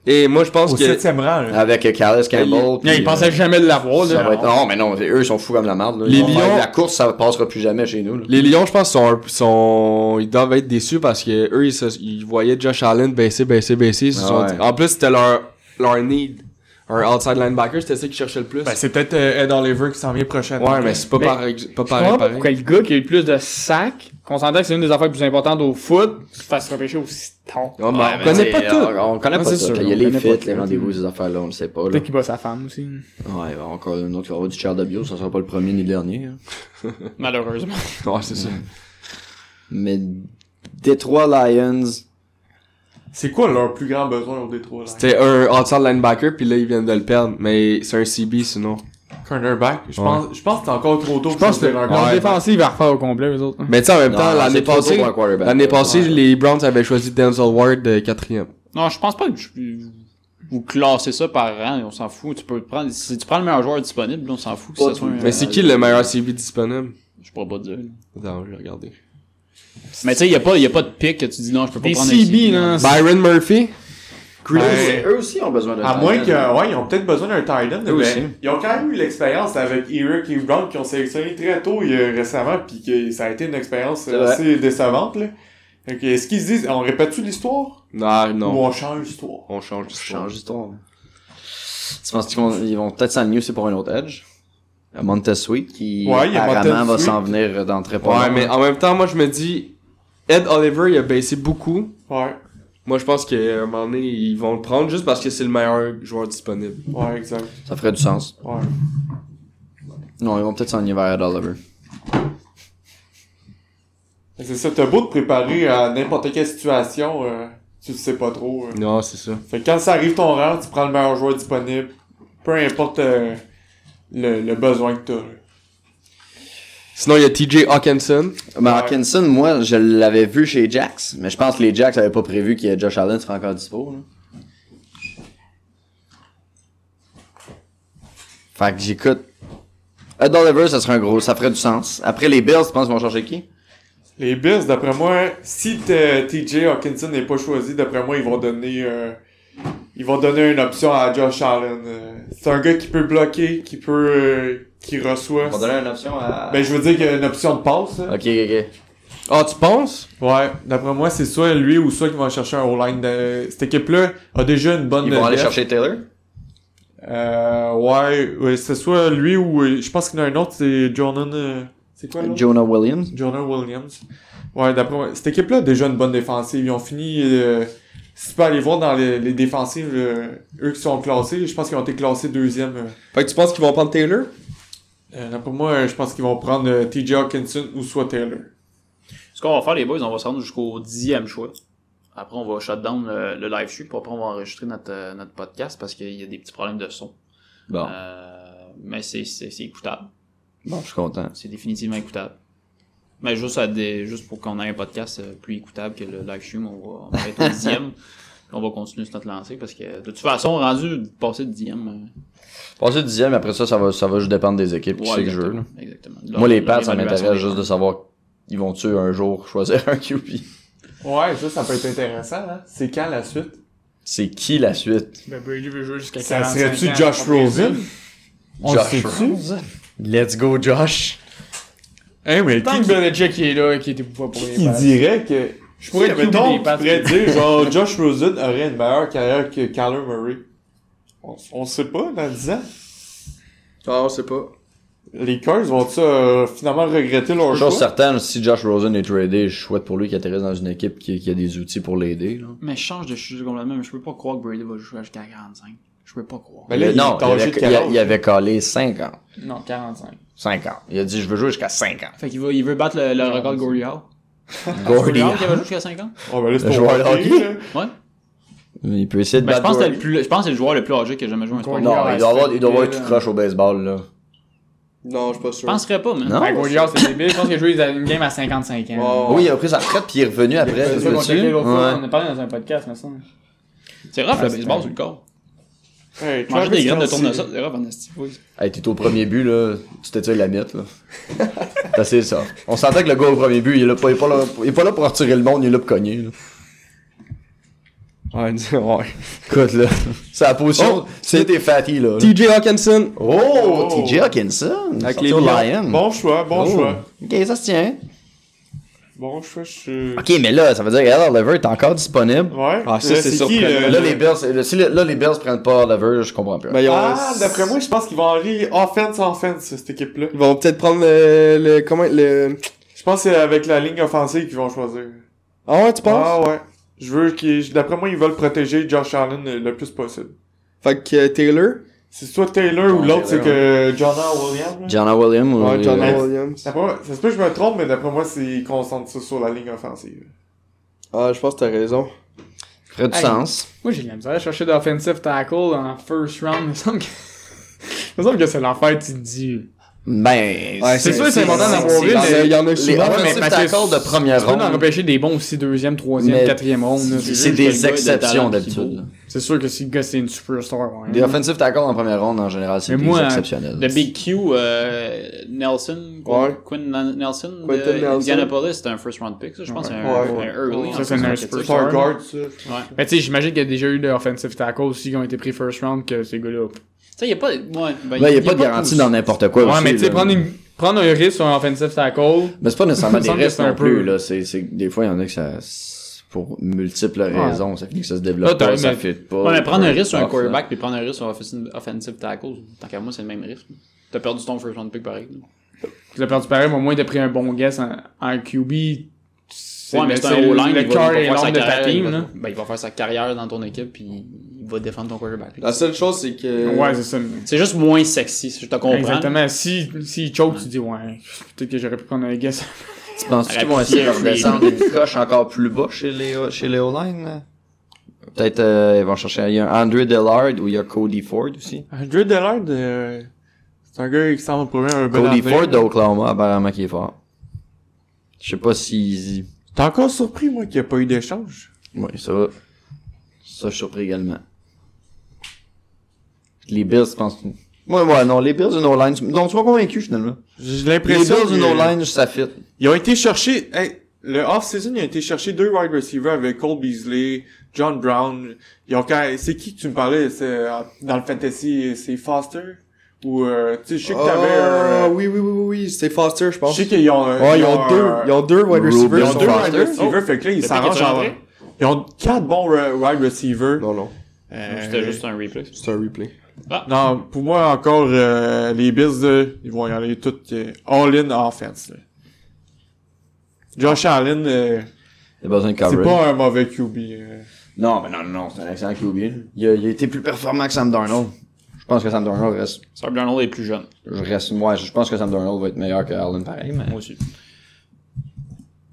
Et moi, je pense Au que. Ah. septième rang, là. Avec euh, Calais Campbell. Non, puis, ils euh, pensaient jamais de l'avoir, Ça là. va être... Non, mais non, eux, ils sont fous comme la merde. là. Ils Les vont faire Lions- de La course, ça passera plus jamais chez nous. là. Les Lions, je pense, sont, sont, ils doivent être déçus parce que eux, ils, se- ils voyaient Josh Allen baisser, baisser, baisser. Ils se Ah sont ouais. dit- En plus, c'était leur, leur need. Un outside linebacker, c'était ça qu'ils cherchaient le plus. Ben, c'est peut-être euh, Ed Oliver qui s'en vient prochainement. ouais, mais c'est pas Mais- pareil. Pas Je comprends pareil, pas pareil. pourquoi le gars qui a eu le plus de sacs, qu'on s'entend que c'est une des affaires les plus importantes au foot, se fasse repêcher aussi tard. Ouais, mais Ouais, mais Ah, ben, connaît c'est- euh, pas tout. On, on connaît Ouais, pas c'est tout. sûr, Il y a on les connaît pas fêtes, tout. les rendez-vous, ces affaires-là, on le sait pas. Là. Peut-être qu'il bat sa femme aussi. Ouais, bah, encore une autre qui aura du char de bio, ça sera pas le premier ni le dernier. hein. Malheureusement. Ouais, c'est ça. Mais Detroit Lions, C'est quoi leur plus grand besoin au Détroit, là? C'était un outside linebacker, puis là, ils viennent de le perdre. Mais c'est un CB, sinon. Cornerback. Je pense, je pense que c'est encore trop tôt. Je pense que leur Ouais. défensive va refaire au complet, eux autres. hein. Mais tu sais, en même Non, temps, c'est l'année trop passée, tôt pour un quarterback. l'année passée, les Browns avaient choisi Denzel Ward euh, quatrième. Non, je pense pas que tu- vous classez ça par rang, on s'en fout. Tu peux prendre, si tu prends le meilleur joueur disponible, on s'en fout que Pas ce soit un- Mais c'est qui le meilleur CB disponible? Je pourrais pas te dire. Attends, je vais regarder. Mais tu sais, il y a pas, y a pas de pic que tu dis non, je peux pas Des prendre CB, hein. là. Byron Murphy? Ben, eux aussi ont besoin de À moins que, ouais, ils ont peut-être besoin d'un tight end, mais aussi. ils ont quand même eu l'expérience avec Eric et Brown qui ont sélectionné très tôt euh, récemment, puis que ça a été une expérience euh, vrai. assez décevante. Là. Fait que, Est-ce qu'ils se disent, on répète-tu l'histoire Non, ou Ah, non. on change l'histoire On change de change d'histoire. Tu penses qu'ils vont, ils vont peut-être s'aligner aussi pour un autre edge? Euh, Montez Sweet qui Ouais, il y a apparemment Montez va Sweet. s'en venir dans très peu Ouais, mais en même temps, moi, je me dis, Ed Oliver, il a baissé beaucoup. Ouais, Moi, je pense qu'à un moment donné, ils vont le prendre juste parce que c'est le meilleur joueur disponible. ouais, exact. Ça ferait du sens. Ouais. Non, ils vont peut-être s'enligner vers Ed Oliver. C'est ça, t'as beau te préparer à n'importe quelle situation, euh, tu le sais pas trop. euh. Non, c'est ça. Fait que quand ça arrive ton rang, tu prends le meilleur joueur disponible, peu importe euh, le, le besoin que t'as. là. Sinon, il y a TJ Hawkinson. Mais Ouais. Hawkinson, moi, je l'avais vu chez Jax, mais je pense que les Jax avaient pas prévu que Josh Allen serait encore dispo. là. Fait que j'écoute. Euh, Ed Oliver, ça serait un gros, ça ferait du sens. Après les Bills, tu penses qu'ils vont chercher qui? Les Bills, d'après moi, si t- TJ Hawkinson n'est pas choisi, d'après moi, ils vont donner euh, ils vont donner une option à Josh Allen. euh. C'est un gars qui peut bloquer, qui peut euh, qui reçoit. une option à. Ben je veux dire qu'il y a une option de passe. là. Ok, ok, Ah, tu penses? Ouais, d'après moi, c'est soit lui ou soit qu'ils vont chercher un O-line. de- Cette équipe-là a déjà une bonne Ils vont aller depth. chercher Taylor? Euh, ouais, ouais, c'est soit lui ou euh, je pense qu'il y en a un autre, c'est Jordan euh, c'est quoi le nom? Jonah Williams. Jonah Williams. Ouais, d'après moi, cette équipe-là a déjà une bonne défensive. Ils ont fini. euh, si tu peux aller voir dans les, les défensives, euh, eux qui sont classés, je pense qu'ils ont été classés deuxième. euh. Fait que tu penses qu'ils vont prendre Taylor? Euh, d'après moi, euh, je pense qu'ils vont prendre euh, TJ Hawkinson ou soit Taylor. Ce qu'on va faire, les boys, on va se rendre jusqu'au dixième choix. Après, on va shut down le, le live stream, puis après, on va enregistrer notre, euh, notre podcast parce qu'il y a des petits problèmes de son. Bon, Euh, mais c'est c'est- c'est écoutable. bon, je suis content. C'est définitivement écoutable. Mais juste, à des, juste pour qu'on ait un podcast euh, plus écoutable que le live stream, on va, on va être au (laughs) dixième. On va continuer sur notre lancée parce que de toute façon, rendu de passer de dixième. euh, Passer dixième, après ça, ça va, ça va juste dépendre des équipes qui ouais, c'est que je exactement, veux. là. Exactement. Moi, les Leur- Pats, leur ça évaluation m'intéresse des- juste de savoir, ils vont-tu un jour (laughs) choisir un QB? Ouais, ça, ça peut être intéressant. Hein? C'est quand la suite? C'est qui la suite? Ben, Brady veut jouer jusqu'à Ça 45 serait-tu ans, Josh pas possible. Rosen? On le Josh sait-tu? Rosen. Let's go, Josh. Hey, mais Tant qui- que Belichick est là, qui était pas pour les qui Pats. dirait que. Je pourrais pourrais être QB des donc, Pats. pourrais dire, genre, Josh Rosen aurait une meilleure carrière que Kyler Murray. On, on sait pas dans 10 ans. Ah, on sait pas. les Cards vont-tu euh, finalement regretter leur Chose choix? certaine, si Josh Rosen est tradé, je souhaite pour lui qu'il atterrisse dans une équipe qui, qui a des outils pour l'aider. là. Mais je change de sujet complètement, mais je peux pas croire que Brady va jouer jusqu'à 45. Je peux pas croire. Ben là, Il- non, est il âgé avait, de il, quel âge? il avait calé 5 ans. Non, 45. 5 ans. Il a dit, je veux jouer jusqu'à 5 ans. Fait qu'il va, il veut battre le, le record de Gordy (laughs) Hall. Gordy Hall qui avait joué jusqu'à 50? Ah, ben là, c'est Le pour joueur de hockey, hockey. là. Ouais. Il peut essayer de Ben, je battre pense que c'est Gordy. le plus, je pense que c'est le joueur le plus âgé que j'ai jamais joué un sport. Non, il doit avoir, il doit avoir Gordy, tout là. croche au baseball, là. Non, je suis pas Je sûr. penserais pas, mais. Non? Ben, Goliath, c'est débile. Je pense qu'il a joué une game à 55 ans. Oh, Oui, il a pris sa retraite, puis il est revenu après. C'est tu ça qu'on vois-tu? checkait l'autre fois. Ouais. On a parlé dans un podcast, mais ça. C'est rough, le baseball sur le corps. Hey, Manger des Travis graines de Kelce. tournesol, c'est rough en esti. Hey, t'es au premier but, là. Tu t'étires la miette, là. (laughs) T'as assez ça. On s'entend que le gars au premier but, il est, là, pas- il est pas là, il est pas là pour retirer le monde, il est là pour cogner, là. Ouais, ouais. (laughs) Écoute, là. C'est la position. c'est des fatty, là. TJ Hawkinson. Oh, TJ Hawkinson. Avec sorti les au Lions. Lion. Bon choix, bon Oh. choix. Ok, ça se tient. Bon choix, je suis... Ok, mais là, ça veut dire que Oliver est encore disponible. Ouais. Ah, ça, Là, c'est qui, surprenant. euh, Là, les Bills, euh, si le- là, les Bills prennent pas Oliver, je comprends plus. Ben, ils ont- Ah, d'après moi, je pense qu'ils vont aller offense, offense, cette équipe-là. Ils vont peut-être prendre le, le- Comment. Le... Je pense que c'est avec la ligne offensive qu'ils vont choisir. Ah ouais, tu penses? Ah ouais. Je veux qu'ils... D'après moi, ils veulent protéger Josh Allen euh, le plus possible. Fait que euh, Taylor. C'est soit Taylor ou Ouais, l'autre, c'est Taylor, que Jonah Williams. là. Jana Williams ou. Ouais, John euh, Williams. D'après moi, ça se peut que je me trompe, mais d'après moi, c'est ils concentrent ça sur la ligne offensive. Ah, je pense que t'as raison. ferait du Hey. sens. Moi, j'ai de la misère à chercher d'offensive tackle en first round. Il me semble que. Il me semble que (laughs) c'est l'affaire, tu te dis. Ben. Ouais, C'est sûr que c'est important d'avoir Il y une. en a- il y en a Les souvent. Ouais, mais offensives Mathieu, tackles de première Tu peux en ronde, repêcher des bons aussi, deuxième, troisième, Mais quatrième ronde. là. c'est juste que le des gars est de talent exceptions puis d'habitude. là. C'est sûr que si le gars, c'est une superstar, ouais. Des offensives tackles en première ronde, en général, c'est Mais des moi, exceptionnels. Le Big Q, euh, Nelson, Qu- Ouais. Quinn Nan- Nelson, Quentin de Nelson. Indianapolis, c'était un first round pick, ça, je pense. c'est Un, Ouais. un early. Ça, en c'est un first expert. C'est un Ouais. guard, ça. Ouais. Mais tu sais, j'imagine qu'il y a déjà eu des offensive tackles aussi qui ont été pris first round que ces gars-là. Tu sais, il n'y a pas. Ouais, ben, Là, il n'y a pas de garantie dans n'importe quoi. Ouais, aussi, mais tu sais, là. prendre, une- prendre un risque sur un offensive tackle. Mais c'est pas nécessairement Il me des semble que risques c'est un non plus, peu- là. C'est, c'est, des fois, il y en a que ça, c'est pour multiples raisons, ça finit que ça se développe Là, Ah, t'as- pas, ça mais- fit pas. Ouais, mais prendre un risque sur un Off, là. hein. quarterback puis prendre un risque sur un offensive, offensive tackle, tant qu'à moi, c'est le même risque. T'as perdu ton first round pick pareil. là. Tu l'as perdu pareil, mais au moins t'as pris un bon guess en, en QB. C'est Ouais, mais le- c'est un O-line. Le il va- cœur il va et faire sa l'âme de ta carrière, il team, va- là. Ben, il va faire sa carrière dans ton équipe puis il va défendre ton quarterback. là. La seule chose, c'est que. Ouais, c'est ça. C'est juste moins sexy, si je te comprends. Exactement. Si, si choke, tu dis, ouais, peut-être que j'aurais pu prendre un guess. Tu penses qu'ils vont essayer de redescendre une coche encore plus bas chez les, chez les O-line? là? Peut-être, euh, ils vont chercher, il y a André Dillard ou il y a Cody Ford aussi. Drew Dillard, euh, c'est un gars qui semble prouver un bon Cody avenir. Ford d'Oklahoma, apparemment, qui est fort. Je sais pas si... T'es encore surpris, moi, qu'il n'y a pas eu d'échange. Oui, ça va. Ça, je suis surpris également. Les Bills, je pense. Ouais, ouais, non, les Bills, une O-line. tu- Non, tu m'as convaincu, finalement. J'ai Les l'impression Bills, une que- O-line, ça fit. Ils ont été chercher, hey, le off-season, ils ont été chercher deux wide receivers avec Cole Beasley, John Brown. Ils ont quand- c'est qui que tu me parlais, c'est, euh, dans le fantasy, c'est Foster? Ou, euh, tu sais, je sais que t'avais Ah, un- euh, oui, oui, oui, oui, oui, c'est Foster, je je pense. sais qu'ils ont, euh, Ouais, ils ont deux, un- ils ont deux wide Rubio. receivers. ils ils ont sont deux Foster. wide receivers, fait que là, ils Le s'arrangent pick est en, rentré? ils ont quatre bons euh, wide receivers. Euh, Non, non, C'était juste un replay. c'est un replay. Non, pour moi, encore, euh, les Bills, là, ils vont y aller tout euh, all-in offense, là. Josh Allen, euh, Il a besoin de c'est Ah. coverage. pas un mauvais QB. euh. Non, mais non, non, non, c'est un excellent QB. là. Il a, il a été plus performant que Sam Darnold. Je pense que Sam Darnold reste, Sam Darnold est plus jeune. je reste, moi, je pense que Sam Darnold va être meilleur que Allen pareil, mais. Moi aussi.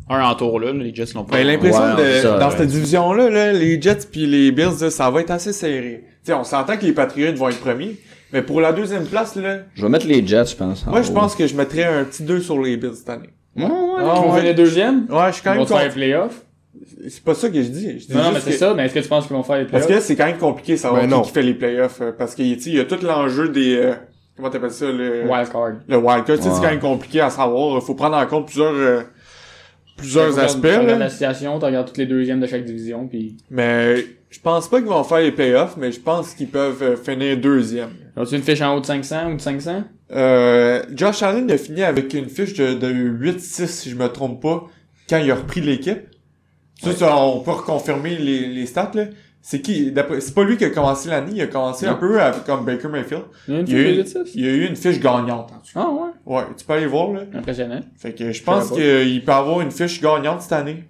Un en tour là, les Jets l'ont pas. Ben, l'impression Ouais, de, c'est ça, dans ouais. cette division-là, là, les Jets puis les Bills, là, ça va être assez serré. T'sais, on s'entend que les Patriots vont être premiers, mais pour la deuxième place, là, Je vais mettre les Jets, je pense. en moi, je haut. pense que je mettrais un petit 2 sur les Bills cette année. Ouais, ouais. Ah, On ouais. fait les deuxièmes? Ouais, je suis quand Ils vont même faire les conf- playoffs? C'est pas ça que je dis. Je dis Non, non, mais juste c'est que- ça. Mais est-ce que tu penses qu'ils vont faire les Parce playoffs? que c'est quand même compliqué de savoir Ben qui non. qui fait les playoffs, euh, parce qu'il y a tout l'enjeu des, euh, comment t'appelles ça, le, Wild card. le wildcard. Tu sais, Ouais. C'est quand même compliqué à savoir. Faut prendre en compte plusieurs, euh, plusieurs aspects, Tu là. regardes la situation, tu regardes toutes les deuxièmes de chaque division, puis Mais je pense pas qu'ils vont faire les playoffs, mais je pense qu'ils peuvent euh, finir deuxième. as-tu une fiche en haut de 500 ou de 500? Euh, Josh Allen a fini avec une fiche de, de 8-6, si je me trompe pas, quand il a repris l'équipe. Ça, ça, on peut reconfirmer les, les stats, là. C'est qui d'après- C'est pas lui qui a commencé l'année, il a commencé un peu avec- comme Baker Mayfield. Il y a une Il y a, eu, fiche de il y a eu une fiche gagnante en tout cas. Ah ouais. Ouais, tu peux aller voir là. Impressionnant. Fait que je pense qu'il peut avoir une fiche gagnante cette année.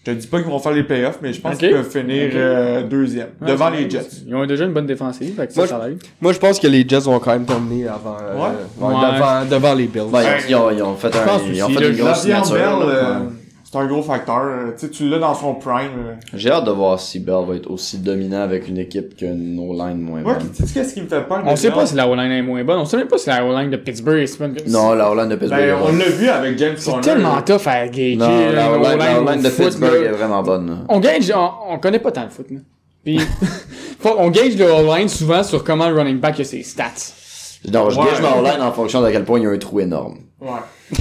Je te dis pas qu'ils vont faire les playoffs, mais je pense Ok. qu'ils peuvent finir Ok. euh, deuxième, Ouais, devant c'est les nice. Jets. Ils ont déjà une bonne défensive, fait que Moi, ça, ça l'aide. Moi, je pense que les Jets vont quand même terminer avant, euh, Ouais. ouais, Ouais. Devant, devant les Bills. Ben, ils, ont, ils ont fait, un, pense ils ont aussi, fait là, une grosse Le'Veon signature. Bell, là. euh, c'est un gros facteur. euh, Tu sais, tu l'as dans son prime. euh. J'ai hâte de voir si Bell va être aussi dominant avec une équipe que nos line moins Moi, bonne. tu sais qu'est-ce qui me fait peur? On de sait Bell? pas si la O-line est moins bonne. On sait même pas si la O-line de Pittsburgh est si bonne que Non, la Hollande de Pittsburgh. est Ben, on bonne. l'a euh, vu avec James C'est Conner. tellement tough à gager. non, là, la Hollande- une la O-line Hollande de au foot, Pittsburgh là. est vraiment bonne. là. On gage, on, on connaît pas tant le foot, là. Puis, (laughs) faut- on gage le O-line souvent sur comment le running back a ses stats. Non, je Ouais. gage ma Hollande en fonction de quel point il y a un trou énorme. Ouais.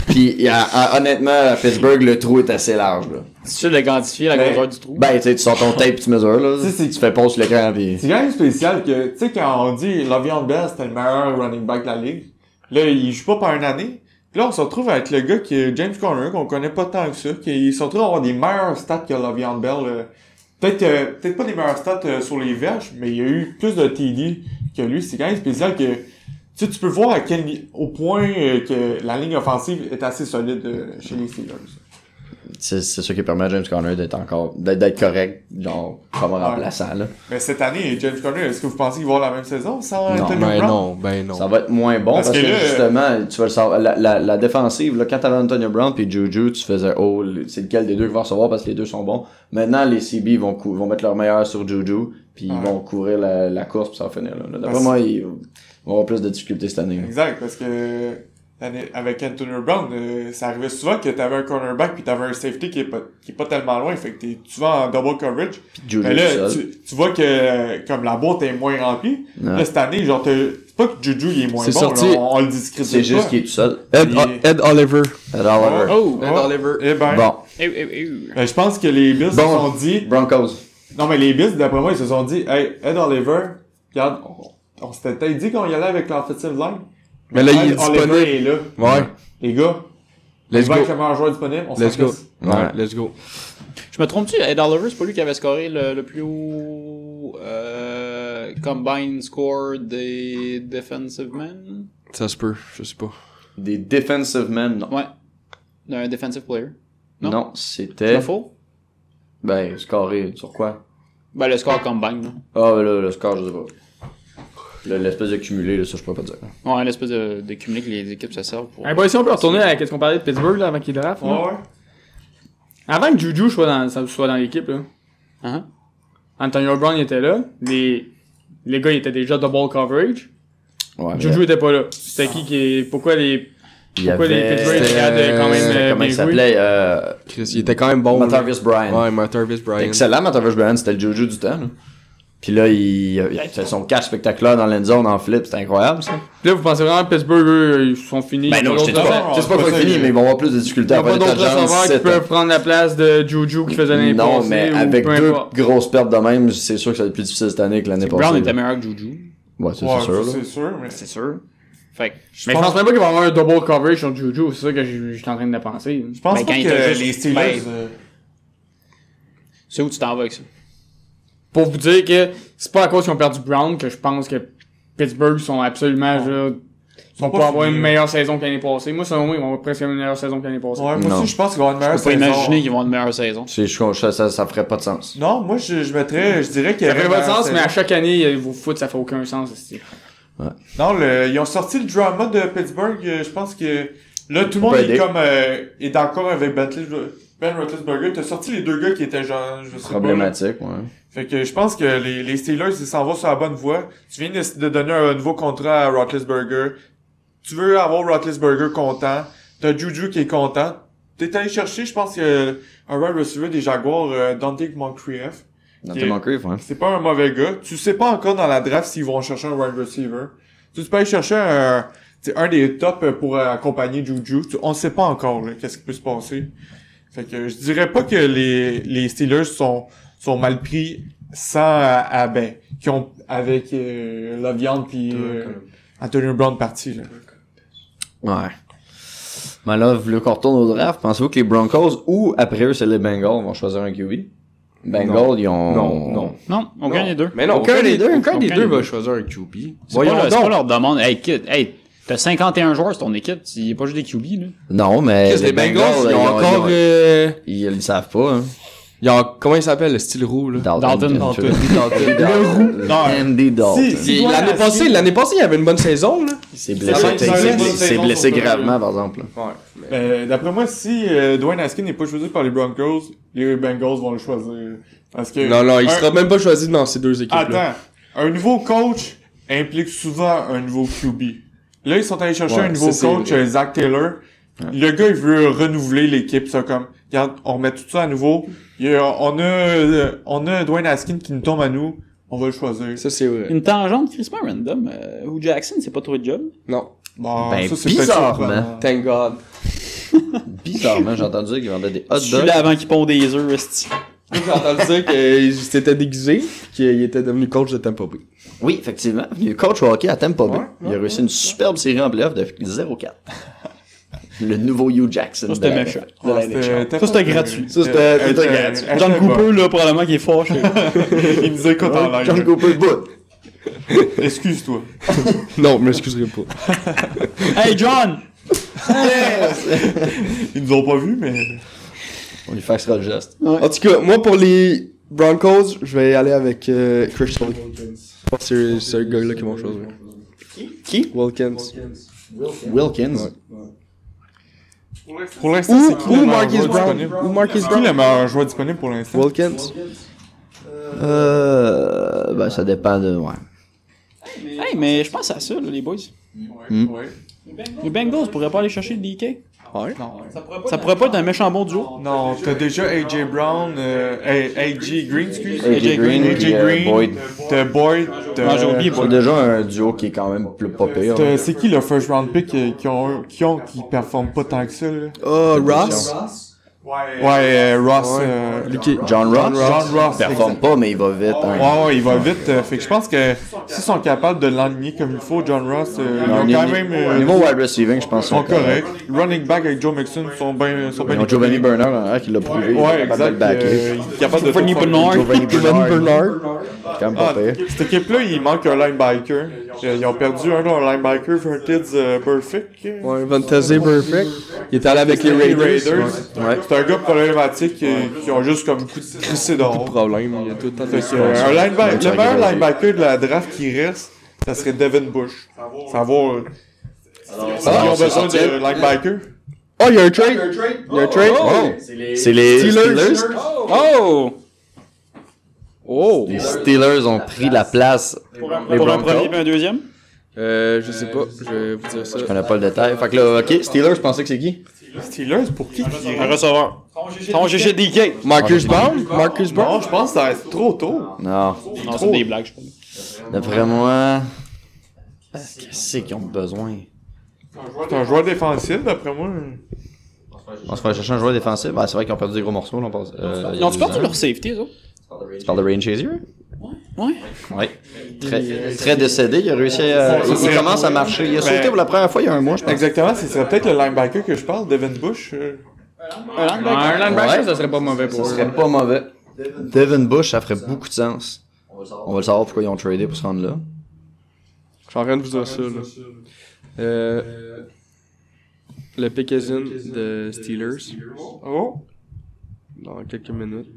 Puis, il y a- à- honnêtement, à Pittsburgh, le trou est assez large. Là. C'est de quantifier la Mais- grosseur du trou. Ben, tu sais, tu (laughs) sors ton tape, tu mesures. Là, Si, si. tu fais pause sur l'écran. Puis... C'est quand même spécial que, tu sais, quand on dit Lavion Bell, c'était le meilleur running back de la ligue, là, il joue pas par une année. Puis Là, on se retrouve avec le gars qui est James Conner, qu'on connaît pas tant que ça, qui se retrouve à avoir des meilleurs stats que Lavion Bell. euh, Peut-être euh, peut-être pas des meilleurs stats euh, sur les verges, mais il y a eu plus de TD que lui. C'est quand même spécial que, tu sais, tu peux voir à quel, ni- au point euh, que la ligne offensive est assez solide euh, chez les Steelers. C'est c'est ça qui permet à James Conner d'être encore d'être d'être correct, genre comme remplaçant. Là. Mais cette année, James Conner, est-ce que vous pensez qu'il va avoir la même saison sans Non, Anthony Ben Brown? non, ben non. Ça va être moins bon Parce parce, que que, là, justement, tu vas le savoir. La, la, la défensive, là, quand t'avais Antonio Brown puis Juju, tu faisais Oh, le- c'est lequel des deux qui va recevoir parce que les deux sont bons. Maintenant, les CB vont, cou- vont mettre leur meilleur sur Juju, puis Ouais. ils vont couvrir la, la course puis ça va finir. Là. Là, D'après Parce- moi, ils vont avoir plus de difficultés cette année. là. Exact, parce que l'année- avec Anthony Brown, euh, ça arrivait souvent que t'avais un cornerback puis t'avais un safety qui est pas, qui est pas tellement loin, fait que t'es souvent en double coverage. Juju Mais tout là, seul. tu, tu vois que euh, comme la boîte est moins remplie, Ouais. là cette année, genre t'as- c'est pas que Juju il est moins C'est bon, sorti. là, on, on le discrédite C'est juste pas. qu'il est tout seul. Ed, Il- Ed Oliver. However, Oh! Ed Oliver. Eh ben, Bon, Eh, eh, eh. ben, je pense que les Bills se Bon. sont dit, Broncos. non mais les Bills d'après moi ils se sont dit, hey Ed Oliver, regarde, on, on s'était peut-être dit qu'on y allait avec l'offensive line. Mais là, il est Ed Oliver est disponible. là. Ouais. Les gars, Let's il va go. être le meilleur joueur disponible, on s'en Let's go. crisse. Ouais. Ouais, let's go. Je me trompe-tu, Ed Oliver, c'est pas lui qui avait scoré le, le plus haut euh, combine score des defensive men? Ça se peut, je sais pas. Des defensive men, non. Ouais. D'un defensive player. Non. Non, C'est c'était. faux? Ben, scoré sur quoi Ben, le score combine, Ah, ben là, le score, je sais pas. Le- L'espèce de cumulé, là, ça, je pourrais pas dire. là. Ouais, l'espèce de, de cumulé que les équipes se servent pour. Hey, boy, Eh, bah, si on peut retourner à ce qu'on parlait de Pittsburgh là, avant qu'il draft. Ouais, là. ouais. Avant que Juju soit dans, ça soit dans l'équipe, là, Hein? Antonio Brown il était là. Les, les gars ils étaient déjà double coverage. Ouais, mais Juju était pas là. C'était qui qui est. Pourquoi les. il y Pourquoi les avait- Pittsburgh étaient c'était- capables de quand même. c'était- euh, Comment il bien jouer? s'appelait euh, Chris, il était quand même bon. là. Martavis Bryant. Ouais, Martavis Bryant. Excellent, Martavis Bryant, c'était le Juju du temps. là. Puis là, il, il a fait son catch spectaculaire dans l'end zone en flip, c'était incroyable ça. Puis Là, vous pensez vraiment que Pittsburgh, eux, ils sont finis. Ben non, je te dis Ils ont d'autres- pas, je te dis pas Ouais, qu'on est ça, fini, il- mais ils vont avoir plus de difficultés Il n'y a après pas d'autres Jones, receveurs qui c'est- peuvent prendre la place de Juju qui faisait l'impasse. Non, mais ou avec peu deux importe. grosses pertes de même, c'est sûr que ça va être plus difficile cette année que l'année passée. Brown là. était meilleur que Juju. Ouais, c'est Ouais, c'est sûr. là. c'est sûr, mais C'est sûr. Fait que. Mais je pense même pas qu'il va y avoir un double coverage sur Juju, c'est ça que je- j'étais en train de penser. je pense Ben, pas quand que il était juste- les Steelers. ben, euh, C'est où tu t'en vas avec ça? Pour vous dire que c'est pas à cause qu'ils ont perdu Brown que je pense que Pittsburgh sont absolument, là, sont vont pas pas avoir finis, une là. meilleure saison que l'année passée. Moi, selon moi, ils vont avoir presque une meilleure saison que l'année passée. Ouais, moi Non. aussi, je pense qu'il va avoir une meilleure Je peux pas saison. imaginer qu'ils vont avoir une meilleure saison. C'est- je- ça, ça, ça ferait pas de sens. Non, moi, je, je mettrais, je dirais qu'il y Ça aurait fait une pas de meilleure sens, mais à saison. chaque année, euh, vous foot, ça fait aucun sens. c'est- Non, le, ils ont sorti le drama de Pittsburgh, euh, je pense que là, tout le monde peut est aider. comme, euh, est d'accord avec Bentley, Ben Roethlisberger. T'as sorti les deux gars qui étaient genre, je sais pas. là. Problématique, ouais. Fait que je pense que les, les Steelers, ils s'en vont sur la bonne voie. Tu viens de, de donner un nouveau contrat à Roethlisberger. Tu veux avoir Roethlisberger content. T'as Juju qui est content. T'es allé chercher, je pense, que un wide receiver des Jaguars, euh, Dante Moncrief. Dans Ok. tes manqueries, hein. ouais. C'est pas un mauvais gars. Tu sais pas encore dans la draft s'ils vont chercher un wide receiver. Tu peux aller chercher un, tu sais, un des tops pour euh, accompagner Juju. Tu- on sait pas encore là, qu'est-ce qui peut se passer. Fait que je dirais pas que les, les Steelers sont, sont mal pris sans à, à- ben qui ont avec euh, la viande puis euh, Anthony Brown parti là. Ouais. Mais là, vous voulez qu'on retourne au draft? Pensez-vous que les Broncos ou après eux, c'est les Bengals vont choisir un QB? Bengals, ils ont. Non, non. Non, aucun Non. des deux. Mais non, aucun, des deux, aucun des Aucun deux des va deux. choisir un QB. C'est pas, Voyons leur- c'est pas donc. leur demande. Hey, kid, hey, t'as 51 joueurs sur ton équipe, il n'y a pas juste des QB, là. Non, mais. Qu'est-ce que les Bengals, ils ont encore. euh, Ils le savent pas, hein. Ils ont. Comment il s'appelle le style roux, là Dalton. Dalton. Dalton. Dalton. Andy Dalton. Il- L'année passée, l'année passée, il y avait une bonne saison, là. Il s'est Ça va blessé. être Il s'est une bonne blessé- s'est saison blessé pour gravement, par exemple. là. Ouais. Euh, D'après moi, si euh, Dwayne Haskins n'est pas choisi par les Broncos, les Bengals vont le choisir. Parce que Non, non, il un- sera même pas choisi dans ces deux équipes-là. Attends, un nouveau coach implique souvent un nouveau QB. Là, ils sont allés chercher Ouais, un ça, nouveau c'est coach, vrai. euh, Zach Taylor. Le gars, il veut renouveler l'équipe. Ça comme, regarde, on remet tout ça à nouveau. Il y a- on a, euh, on a Dwayne Haskins qui nous tombe à nous. On va le choisir. Ça, c'est vrai. Une tangente, Christmas random. euh, Hugh Jackson, c'est pas trouvé de job. Non. Bon, Ben, ça, c'est bizarrement. peut-être surprenant. Thank God. Bizarrement, j'ai entendu dire qu'ils vendaient des hot Je suis dogs. là avant qu'il pond des œufs, (laughs) esti. J'ai entendu dire qu'il s'était déguisé, qu'il était devenu coach de Tampa Bay. Oui, effectivement. Il est coach au hockey à Tampa Bay. Il a réussi une superbe série en playoff de 0-4. Le nouveau Hugh Jackson. Ça, c'était de la- méchant. de la Ah, C'était- NHL. Ça, c'était gratuit. Ça, c'était- Euh, c'était euh, gratuit. euh, John euh, bon. Cooper, là, probablement qu'il est fort. (laughs) je sais. (laughs) Il nous écoute en live. John Cooper, bout. Excuse-toi. Non, je m'excuserai pas. hey, John! Ils nous ont pas vus, mais... On lui fera le geste. En tout cas, moi pour les Broncos, je vais y aller avec euh, Chris Paul. C'est c'est le gars-là qui m'ont choisi. Qui Wilkins. Wilkins. Pour l'instant, c'est qui ou le meilleur Marquise joueur Brown. disponible? Ou Marquise C'est qui le meilleur joueur disponible pour l'instant? Wilkins. Euh, ben, ça dépend de, ouais. Hey, mais je pense à ça, là, les boys. Les Bengals pourraient pas aller chercher le DK. Ouais. Ça pourrait pas être un méchant bon duo. Non, t'as déjà AJ Brown, euh, A- AJ Green, excuse. AJ Green, AJ puis, euh, Green, Boyd. Euh, t'as Boyd, Ah, j'ai t'as... oublié, C'est boy. déjà un duo qui est quand même plus pas pire. t'as- C'est qui le first round pick euh, qui ont, qui ont, qui performe pas tant que ça, là? Ah, Ross. Ouais, euh, Ross, euh, John Ross. John Ross. performe pas, mais il va vite. hein. Ouais, ouais, il va vite. euh, fait que je pense que s'ils sont capables de l'aligner comme il faut, John Ross, euh, ils Au ont niveau- quand même... euh, au niveau wide receiving, je pense. sont qu'ils sont corrects. Running back avec Joe Mixon sont bien... Sont Ils bien ont Giovanni Bernard hein, qui l'a prouvé. Ouais, il est capable de le exact. euh, backer. il est capable de tout Giovanni faire. Bernard. Giovanni Bernard, Bernard. c'est quand même Ah, pas pire. cette équipe-là, il manque un linebacker. Euh, Ils ont perdu un de leurs linebackers, Vertids euh, Burfict. Ouais, Fantasy Perfect. Il était allé avec les Les Raiders. Raiders. C'est un gars problématique euh, qui ont juste comme coup de crissé dehors. Problème, il y a tout le temps des Fait que, euh, un linebacker- le meilleur linebacker de la draft qui reste, ça serait Devin Bush. Savoir. euh, Ils ont besoin de linebacker. Oh, il y a un trade. Il y a un trade. C'est les Steelers. Oh! Oh. Les Steelers ont pris la place. Les Pour un Broncos. premier et un deuxième? Euh, je sais pas. Je vais vous dire ça. Je connais pas le détail. Fait que là, ok, Steelers, je pensais que c'est qui? Steelers, pour qui qui Un reste receveur. Ton GG DK. Ah, Marcus Brown. Marcus Non, Brown. je pense que ça reste trop tôt. Non. Non, c'est des blagues, je pense. D'après moi. ah, Qu'est-ce qu'ils ont besoin? C'est un joueur défensif, d'après moi. On se fait chercher un joueur défensif. Ah, c'est vrai qu'ils ont perdu des gros morceaux. Là, on pense, euh, il y a Ils ont-tu deux perdu ans. leur safety, eux autres? Tu parles de Rain Chaser? Ouais. Ouais. Très, très décédé. Il a réussi à. Ouais, il- c'est- il commence à marcher. Il a Ben- sauté pour la première fois il y a un mois, je pense. Exactement, ce serait peut-être le linebacker que je parle, Devin Bush. euh. Un linebacker. Un linebacker, Ouais. ça serait pas mauvais Ce pour eux. serait pas mauvais. Devin Bush, ça ferait beaucoup de sens. On va le savoir pourquoi ils ont tradé pour se rendre là. Je suis en train de vous dire ça, là. Euh, le Pickazin de Steelers. Oh! Dans quelques minutes.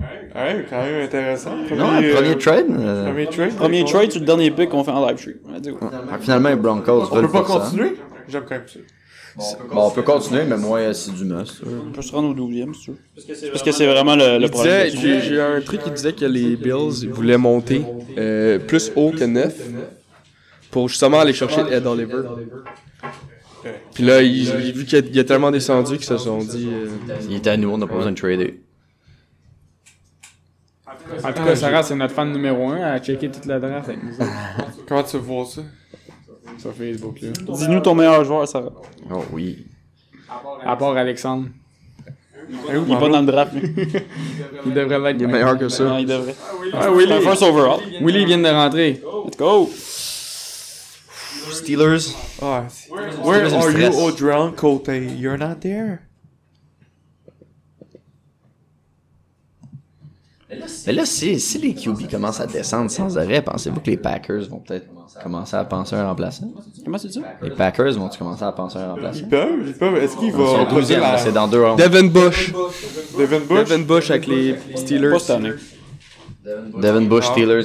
Ouais, quand même intéressant. Non, un premier euh, trade. euh, Premier trade. Premier trade sur le dernier pick qu'on fait en live stream. Let's go. ah, Finalement, les Broncos On veulent peut pas faire ça. continuer? J'aime quand même ça. Bon, on peut continuer, mais moins assidûment. c'est sûr. On peut se rendre au 12e, si tu veux. Parce que c'est vraiment le, le Il disait, problème. j'ai j'ai un truc qui disait que les Bills ils voulaient monter euh, plus haut que 9 pour justement aller chercher Ed Oliver. Puis là, ils- ils- vu qu'il y a- il y a tellement descendu qu'ils se sont dit. euh, Il était à nous, on n'a pas besoin de trader. En tout cas, Sarah, c'est notre fan numéro 1 à checker toute la draft avec nous autres Comment tu vois ça? sur Facebook. Là. Dis-nous ton meilleur joueur, Sarah. Oh oui. À part Alexandre. Il est pas dans le draft, lui. Il devrait l'être. Il est meilleur que Non, il devrait. Ah, Willy. Un first overall. Willy vient de rentrer. Let's go! Steelers. Ah, c'est- Where Steelers, are ils you, stressent. O'Drell Cote? You're not there. c'est- Mais là, si, si les QB commencent à descendre sans arrêt, pensez-vous que les Packers vont peut-être commencer à penser à un remplaçant? Comment tu dis ça? Les Packers vont commencer à penser à un remplaçant? Ils peuvent, ils peuvent. Est-ce qu'il va C'est la reproduire douzième, là, c'est dans deux rondes. Devin Bush. Devin Bush. Devin Bush avec les Steelers. Pas cette année. Devin Bush, Ah. Steelers.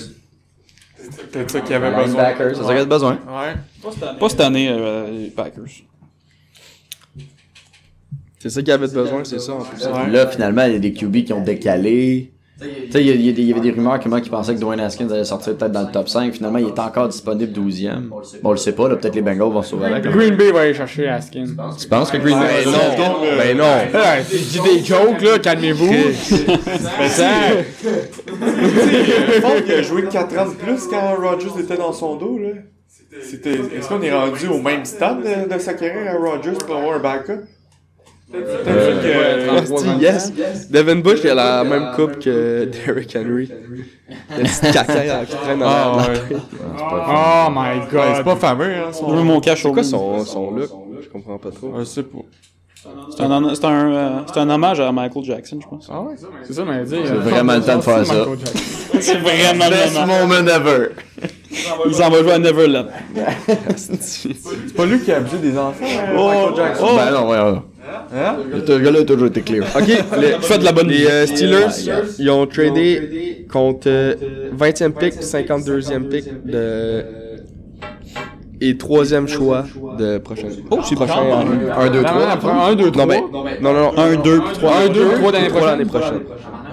C'est peut-être ça qu'il y avait Un besoin. linebacker, c'est ça qu'il y a de besoin. Ouais. Pas cette année, euh, les Packers. C'est ça qu'il y avait de besoin, c'est ça en plus. Ouais. Là, finalement, il y a des QB qui ont décalé. Tu sais, il y a- il y, a des- il y avait des rumeurs comment ils pensaient que Dwayne Haskins allait sortir peut-être dans le top 5. Finalement, il est encore disponible 12e. Bon, on le sait pas, là, peut-être les Bengals vont se sauver avec. Green Bay va aller chercher Askin. Tu penses que Green Bay. Ben non, euh, ben non. Ouais, je dis des jokes, là, calmez-vous. (laughs) Euh, Mais ça. Je pense qu'il a joué 4 ans de plus quand Rodgers était dans son dos, là. C'était... Est-ce qu'on est rendu au même stade de, de sa carrière à Rodgers pour avoir un backup? Peut-être que. Hostie, yes. Devin Bush, il a la même coupe que (laughs) Derrick Henry. La petite caca qui traîne Ah, dans la- Ah, Oh my Ouais, c'est god. pas fameux, hein, Je veux son. mon cash C'est au quoi monde. son, son look? Je comprends pas trop. Euh, Je sais pas. C'est un, c'est un, euh, c'est un hommage à Michael Jackson, je pense. C'est ça, mais dire. C'est vraiment le temps de faire ça. C'est vraiment Best moment (laughs) ever. Il s'en va jouer à Neverland. C'est pas lui qui a abusé des enfants, hein, Michael Jackson. Ben non, ouais, ouais. Hein? Ce gars-là a toujours été clear. Ok, (laughs) les, faites la bonne Les euh, Steelers, ils ont tradé contre euh, 20e pick, 52e pick de. euh, Et troisième choix de prochaine. Oh, c'est prochain. quand 1, 2, 3. Un, deux, Non, trois. ben. Non, non, non. 1, 2, 3. 1, 2, 3 l'année prochaine.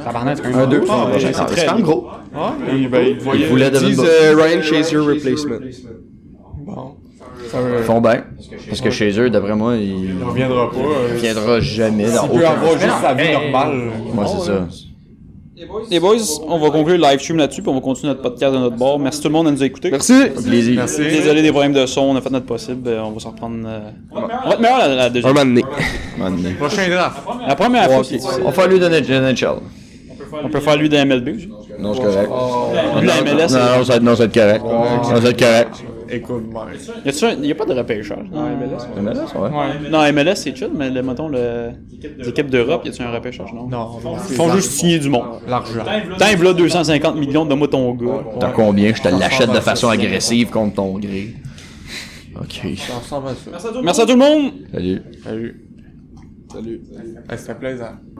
Tabarnak, un, 1, 2, Ah, ouais, Ah, C'est quand même gros. ouais, et ben, il Ils voyait. voulaient Ils Devin disent Bush. euh, Ryan Chaser replacement. Bon. Ils font bien. Parce que chez eux, d'après moi, il Il reviendra pas. euh, ne viendra jamais dans Il peut aucun avoir juste sa vie normale. Moi, c'est ça. Les boys, on va conclure le live stream là-dessus, puis on va continuer notre podcast de notre bord. Merci tout le monde de nous écouter. Merci. Plaisir. Désolé des problèmes de son, on a fait notre possible. euh, On va s'en reprendre. euh, On va être meilleur la, la Un deuxième. moment donné. Prochain draft. La première fois, c'est difficile. On va faire lui donner de NHL. On peut faire lui de MLB aussi. Non, c'est correct. Lui de MLS. Non, non, ça, non, ça va être correct. Ça va être correct. Écoute, mec. Y a-tu un- y a pas de repêchage dans MLS? MLS, ouais. Non, MLS c'est chill, mais le- mettons, le... les équipes d'Europe, y a-tu un repêchage? Non. Non, non, Ils c'est font juste signer du monde. l'argent. T'as là 250 millions, donne-moi ton gars. T'as combien? Je te l'achète de façon agressive contre ton gré. Ok. Ça ressemble à ça. Merci à tout le monde! Salut. Salut. Salut. Ah, C'était plaisant.